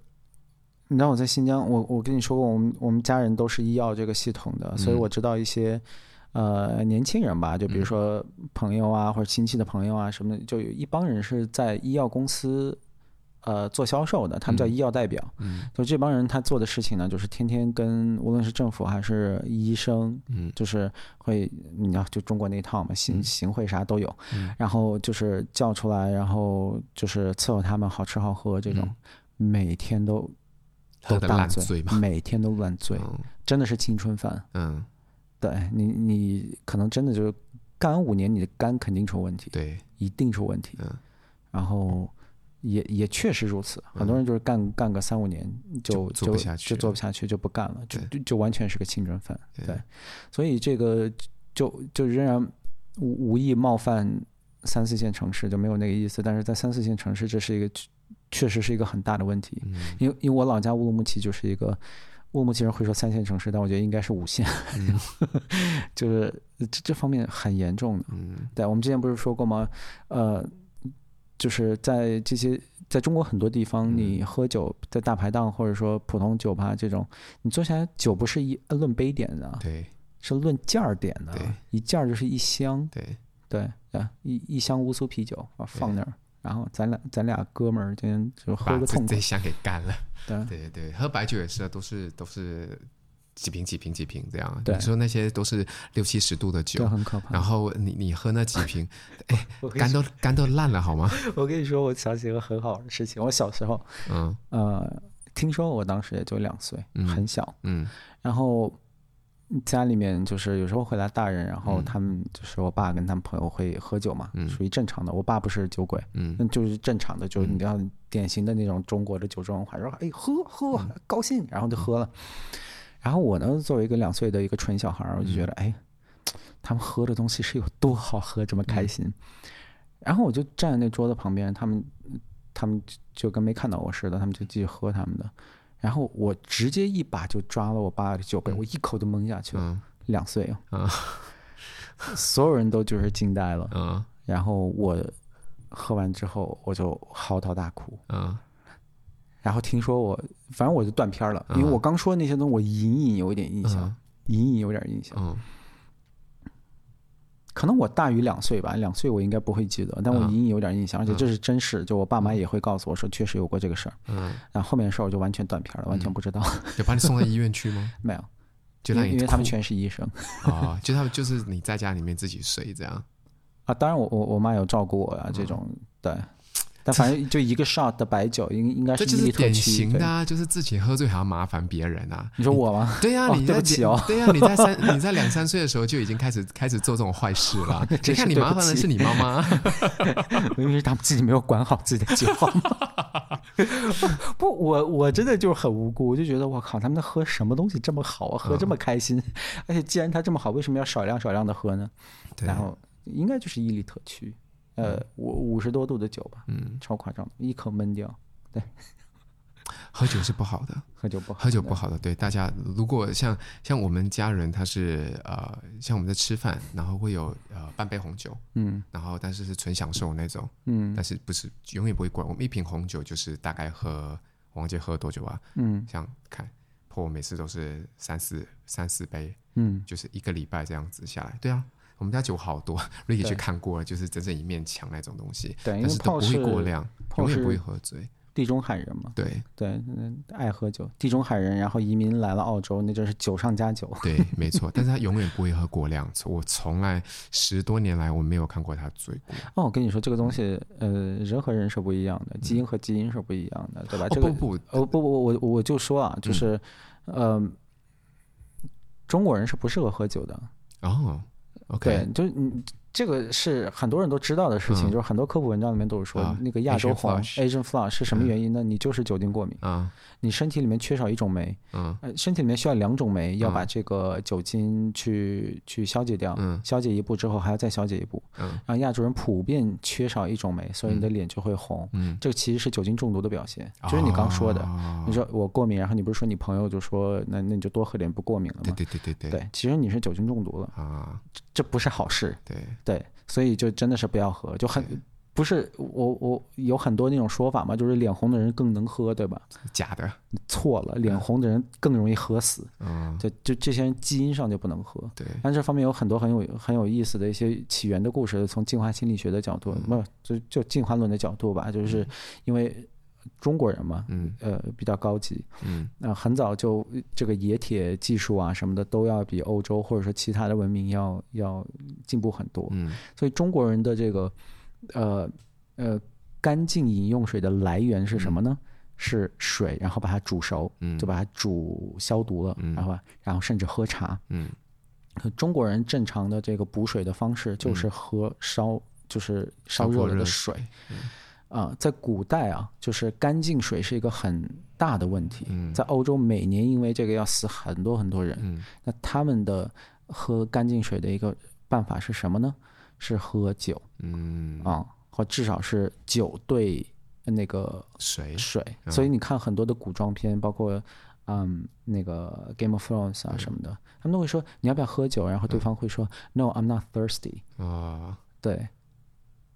S2: 你知道我在新疆，我我跟你说过，我们我们家人都是医药这个系统的，
S1: 嗯
S2: 所以我知道一些。呃，年轻人吧，就比如说朋友啊，或者亲戚的朋友啊什么的，就有一帮人是在医药公司，呃，做销售的，他们叫医药代表。
S1: 嗯，
S2: 就这帮人他做的事情呢，就是天天跟无论是政府还是医生，
S1: 嗯
S2: 就是会你知道就中国那一套嘛，行行贿啥都有，
S1: 嗯
S2: 然后就是叫出来，然后就是伺候他们好吃好喝
S1: 嗯
S2: 这种，每天都
S1: 喝
S2: 都
S1: 的
S2: 大
S1: 烂
S2: 醉，
S1: 醉嘛，
S2: 每天都烂醉，
S1: 嗯
S2: 真的是青春饭。
S1: 嗯，
S2: 对你，你可能真的就是干五年，你的肝肯定出问题，
S1: 对，
S2: 一定出问题。
S1: 嗯
S2: 然后也也确实如此，很多人就是干干个三五年
S1: 嗯
S2: 就
S1: 就做不下去
S2: 就
S1: 了
S2: 做不下去，就不干了，就
S1: 对
S2: 就就完全是个青春饭。
S1: 嗯对
S2: 对，所以这个就就仍然无无意冒犯三四线城市，就没有那个意思。但是在三四线城市，这是一个确确实是一个很大的问题，
S1: 嗯
S2: 因为因为我老家乌鲁木齐就是一个。乌鲁木齐人会说三线城市，但我觉得应该是五线，
S1: 嗯
S2: 就是这这方面很严重的。
S1: 嗯
S2: 对，我们之前不是说过吗？呃，就是在这些在中国很多地方，
S1: 嗯
S2: 你喝酒在大排档或者说普通酒吧这种，你坐下来酒不呃是一论杯点的，
S1: 对
S2: 是论件儿点的
S1: 对，
S2: 一件儿就是一箱。
S1: 对，
S2: 对啊，一一箱乌苏啤酒啊放那儿，然后咱俩咱俩哥们儿今天就喝
S1: 把
S2: 个
S1: 这
S2: 痛快
S1: 这，箱给干了。
S2: 对
S1: 对对对，喝白酒也是，啊，都是都是几瓶几瓶几瓶这样啊。
S2: 对
S1: 你说那些都是六七十度的
S2: 这
S1: 酒，
S2: 很可怕
S1: 然。后你你喝那几 瓶，
S2: 我跟
S1: 肝
S2: 你
S1: 都肝都烂了好吗？
S2: 我跟你说，我想起一个很好玩的事情，我小时候
S1: 嗯
S2: 呃，听说我当时也就两岁，
S1: 嗯
S2: 很小，
S1: 嗯
S2: 然后家里面就是有时候会来大人，然后他们就是我爸跟他们朋友会喝酒嘛，
S1: 嗯
S2: 属于正常的。我爸不是酒鬼，
S1: 嗯
S2: 那就是正常的，就是你要典型的那种中国的酒桌文化，然后哎喝喝啊高兴，然后就喝了。然后我呢，作为一个两岁的一个纯小孩儿，我就觉得哎，他们喝的东西是有多好喝，这么开心。然后我就站在那桌子旁边，他们他们就跟没看到我似的，他们就继续喝他们的。然后我直接一把就抓了我爸的酒杯，我一口就蒙下去了。
S1: 嗯
S2: 两岁啊，
S1: 啊
S2: 所有人都就是惊呆了。
S1: 嗯
S2: 然后我喝完之后，我就嚎啕大哭。
S1: 嗯
S2: 然后听说我，反正我就断片儿了，因为我刚说那些东西，我隐隐有一点印象
S1: 啊嗯，
S2: 隐隐有点印象。
S1: 嗯
S2: 可能我大于两岁吧，两岁我应该不会记得，但我
S1: 嗯
S2: 隐隐有点印象，而且这是真事，就我爸妈也会告诉我说，确实有过这个事儿。
S1: 嗯，
S2: 然后后面的事儿我就完全断片儿了，完全不知道，
S1: 有把你送到医院去吗？
S2: 没有，
S1: 嗯 就
S2: 因
S1: 让
S2: 为
S1: 你
S2: 因为他们
S1: 哭
S2: 全是医生
S1: 哦，就他们就是你在家里面自己睡这 样。
S2: 啊。当然我，我我妈有照顾我啊，
S1: 嗯
S2: 这种对，但反正就一个 shot 的白酒，应应该是
S1: 这就
S2: 伊
S1: 是
S2: 利特
S1: 典
S2: 区。
S1: 型
S2: 对
S1: 的，啊，就是自己喝醉还要麻烦别人啊。
S2: 你说我吗？
S1: 对呀、
S2: 哦
S1: 你
S2: 对
S1: 在
S2: 不起哦
S1: 对呀、你在三 你在两三岁的时候就已经开始开始做这种坏事 了。
S2: 真
S1: 你
S2: 是
S1: 看你
S2: 对不
S1: 麻烦的
S2: 起
S1: 是你妈 妈，
S2: 因为是他们自己没有管好自己的酒。 不，我我真的就是很无辜，我就觉得我靠，他们在喝什么东西这么好啊，喝
S1: 嗯
S2: 这么开心，而且既然它这么好，为什么要少量少量的喝呢？
S1: 对
S2: 然后应该就是伊利特区，呃，五五十多度的酒吧，
S1: 嗯，
S2: 超夸张的，一口闷掉，
S1: 喝酒是不好的。
S2: 喝酒不好，
S1: 喝酒不好的，对大家，如果像像我们家人，他是呃，像我们在吃饭，然后会有呃半杯红酒，
S2: 嗯
S1: 然后但是是纯享受那种，
S2: 嗯
S1: 但是不是永远不会管。我们一瓶红酒就是大概喝，我忘记喝多久啊，
S2: 嗯
S1: 像看破，我每次都是三四三四杯，
S2: 嗯，
S1: 就是一个礼拜这样子下来。对啊，我们家酒好多， 瑞也
S2: 对
S1: 去看过了，就是整整一面墙那种东西，
S2: 对，因
S1: 但
S2: 为
S1: 是都
S2: 泡
S1: 不会过
S2: 是
S1: 量，
S2: 泡
S1: 永远
S2: 是
S1: 不会喝醉。
S2: 地中海人嘛，
S1: 对
S2: 对，嗯爱喝酒，地中海人，然后移民来了澳洲，那真是酒上加酒。
S1: 对，没错，但是他永远不会喝过量。 我从来十多年来我没有看过他醉过。
S2: 哦，我跟你说，这个
S1: 嗯
S2: 东西，呃，人和人是不一样的，基因和基因是不一样的，对吧？
S1: 哦
S2: 这
S1: 不
S2: 个，
S1: 嗯不，
S2: 哦不不，我我就说啊，就是，呃，中国人是不适合喝酒的，
S1: 哦，OK，
S2: 对，就是你这个是很多人都知道的事情，
S1: 嗯
S2: 就是很多科普文章里面都有说
S1: 啊，
S2: 那个亚洲
S1: Asian
S2: 红
S1: flush 嗯
S2: Asian flush 是什么原因呢？你就是酒精过敏，
S1: 啊
S2: 你身体里面缺少一种酶，
S1: 嗯
S2: 呃，身体里面需要两种酶，要
S1: 嗯
S2: 把这个酒精去去消解掉，
S1: 嗯
S2: 消解一步之后还要再消解一步。
S1: 嗯
S2: 然后亚洲人普遍缺少一种酶，所以你的脸就会红。
S1: 嗯，
S2: 这个其实是酒精中毒的表现，就是你刚说的。
S1: 哦
S2: 你说我过敏，然后你不是说你朋友就说那那你就多喝点不过敏了
S1: 对
S2: 吗？
S1: 对对对对
S2: 对，其实你是酒精中毒了，
S1: 啊，
S2: 这不是好事。
S1: 对，
S2: 对，所以就真的是不要喝，就很不是我我有很多那种说法嘛，就是脸红的人更能喝，对吧？
S1: 假的，
S2: 错了，脸红的人更容易喝死，
S1: 嗯，
S2: 就就这些人基因上就不能喝。
S1: 对，
S2: 但这方面有很多很有很有意思的一些起源的故事，从进化心理学的角度，不、就就进化论的角度吧，就是因为中国人嘛，
S1: 嗯
S2: 呃，比较高级，
S1: 嗯
S2: 那、很早就这个冶铁技术啊什么的都要比欧洲或者说其他的文明要要进步很多，
S1: 嗯
S2: 所以中国人的这个呃呃干净饮用水的来源是什么呢？是水，然后把它煮熟，
S1: 嗯，
S2: 就把它煮消毒了，
S1: 嗯
S2: 然后然后甚至喝茶，
S1: 嗯
S2: 中国人正常的这个补水的方式就是
S1: 嗯
S2: 喝烧，就是烧热了的水
S1: 嗯
S2: 啊、在古代啊，就是干净水是一个很大的问题。
S1: 嗯
S2: 在欧洲，每年因为这个要死很多很多人。
S1: 嗯
S2: 那他们的喝干净水的一个办法是什么呢？是喝酒
S1: 嗯，
S2: 啊、或至少是酒兑那个
S1: 水
S2: 水。所以你看很多的古装片，包括嗯那个 Game of Thrones 啊什么的，他们都会说你要不要喝酒，然后对方会说 No, I'm not thirsty。
S1: 啊，
S2: 对。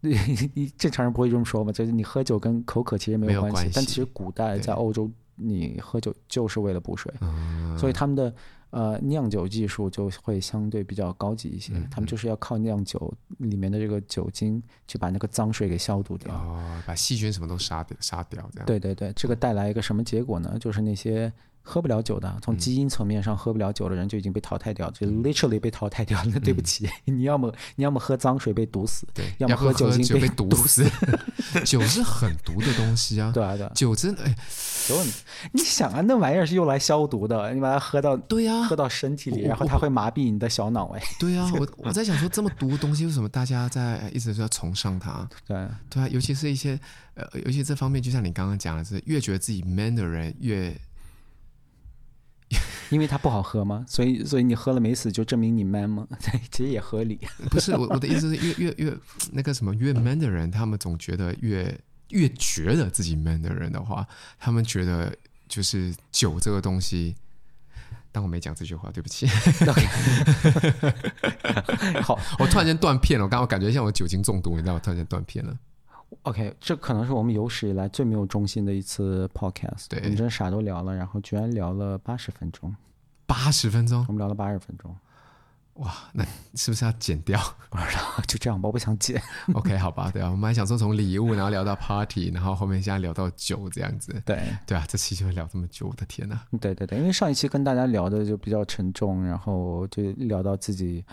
S2: 你正常人不会这么说嘛？就是你喝酒跟口渴其实没
S1: 没
S2: 有
S1: 有
S2: 关系，
S1: 关
S2: 但
S1: 系
S2: 其实古代
S1: 对
S2: 在欧洲，你喝酒就是为了补水，
S1: 嗯
S2: 所以他们的呃酿酒技术就会相对比较高级一些，
S1: 嗯
S2: 他们就是要靠酿酒里面的这个酒精去把那个脏水给消毒掉。
S1: 哦，把细菌什么都杀掉，杀掉这样。
S2: 啊对对对，这个带来一个什么结果呢？就是那些喝不了酒的，
S1: 嗯
S2: 从基因层面上喝不了酒的人就已经被淘汰掉，就 literally 被淘汰掉 了。那对不
S1: 嗯
S2: 起， 你要么你要么喝脏水被毒死，
S1: 对，要
S2: 要么喝
S1: 喝
S2: 酒精
S1: 酒
S2: 被
S1: 被毒 死。 酒是很毒的东西啊，
S2: 对啊对啊，
S1: 酒真的，哎，
S2: 酒很你想啊，那玩意儿是用来消毒的，你把它喝到
S1: 对呀、
S2: 喝到身体
S1: 啊
S2: 里，
S1: 我
S2: 然后它会麻痹你的小脑哎。
S1: 对呀、我我在想说，这么毒的东西，为什么大家在哎一直在崇尚它？
S2: 对，
S1: 对啊，尤其是一些呃，尤其这方面，就像你刚刚讲的是，越觉得自己 man 的人越
S2: 因为它不好喝嘛，所以所以你喝了没死就证明你 man 吗？ 对，其实也 合理。
S1: 不是我我的意思是越越越那个什么越 man 的人，他们总觉得越越觉得自己 man 的人的话，他们觉得就是酒这个东西。当我没讲这句话，对不起，
S2: 好
S1: 我突然间断片了。我刚刚感觉像我酒精中毒，你知道，我突然间断片了。
S2: ，OK，这可能是我们有史以来最没有中心的一次 podcast。
S1: 对
S2: 我们真啥都聊了，然后居然聊了八十 分钟，
S1: 八十分钟
S2: 我，们聊了八十分钟，
S1: 哇，那是不是要剪掉
S2: 我不知道，就这样吧，我不想剪。
S1: ？OK，好吧，对啊，我们还想说从礼物，然后聊到 party，然后后面现在聊到酒这样子。
S2: 对，
S1: 对啊，这期就聊这么久，我的天呐、
S2: 对对对，因为上一期跟大家聊的就比较沉重，然后就聊到自己。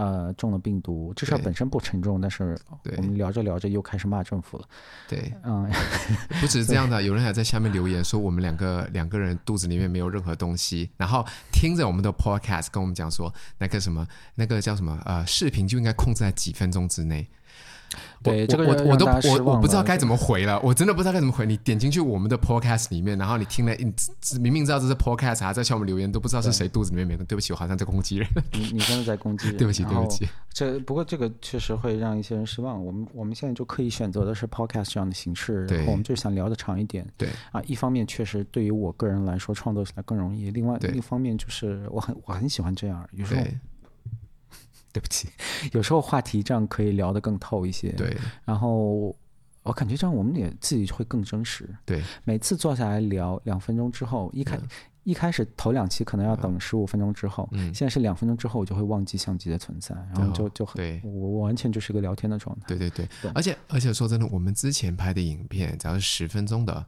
S2: 呃，中了病毒这事儿
S1: 对
S2: 本身不沉重，但是
S1: 对
S2: 哦我们聊着聊着又开始骂政府了。
S1: 对，
S2: 嗯，
S1: 不只是这样的，有人还在下面留言说我们两个两个人肚子里面没有任何东西，然后听着我们的 podcast 跟我们讲说那个什么那个叫什么呃视频就应该控制在几分钟之内。我
S2: 对这个
S1: 我
S2: 让
S1: 我我都
S2: 让大家失
S1: 我
S2: 望
S1: 我不知道
S2: 了
S1: 该怎么回了，我真的不知道该怎么回。你点进去我们的 podcast 里面，然后你听了，你明明知道这是 podcast，还在向我们留言，都不知道是谁肚子里面没有。对不起，我好像在攻击人。
S2: 你你真的在攻击 人？
S1: 对不起，对
S2: 然
S1: 不
S2: 后
S1: 起。
S2: 这不过这个确实会让一些人失望。我们我们现在就刻意选择的是 podcast 这样的形式，然
S1: 对
S2: 后我们就是想聊的长一点。
S1: 对
S2: 啊，一方面确实对于我个人来说创作起来更容易，另外
S1: 对
S2: 另一方面就是我很我很喜欢这样，有时候
S1: 对
S2: 对不起，有时候话题这样可以聊得更透一些。，
S1: 对
S2: 然后我感觉这样我们也自己会更真实。
S1: 对
S2: 每次坐下来聊两分钟之后，一开、一开始头两期可能要等十五分钟之后，
S1: 嗯哦
S2: 现在是两分钟之后，我就会忘记相机的存在，然后就就很，
S1: 对
S2: 我我完全就是一个聊天的状态。
S1: 对对对
S2: 对，
S1: 而且而且说真的，我们之前拍的影片，只要是十分钟的，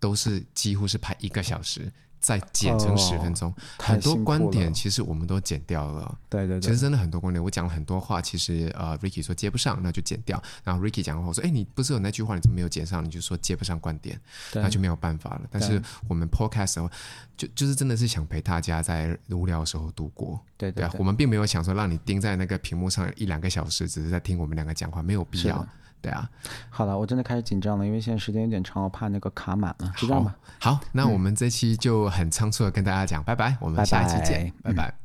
S1: 都是几乎是拍一个小时，再剪成
S2: 哦
S1: 十分钟。
S2: 太
S1: 很多
S2: 辛苦
S1: 观
S2: 了
S1: 点其实我们都剪掉了。
S2: 对对
S1: 其实
S2: 对，
S1: 真的很多观点，我讲了很多话，其实呃，Ricky 说接不上，那就剪掉。然后 Ricky 讲的话，我说，哎，你不是有那句话，你怎么没有剪上？你就说接不上观点，
S2: 对
S1: 那就没有办法了。但是我们 Podcast 的话就就是真的是想陪大家在无聊的时候度过。
S2: 对
S1: 对
S2: 对
S1: 啊，我们并没有想说让你盯在那个屏幕上一两个小时，只是在听我们两个讲话，没有必
S2: 是
S1: 要
S2: 的。
S1: 对啊，
S2: 好了，我真的开始紧张了，因为现在时间有点长，我怕那个卡满了，就这样吧
S1: 好，，好，那我们这期就很仓促的跟大家讲，拜拜，我
S2: 嗯拜
S1: 们下一期见，
S2: 拜
S1: 拜拜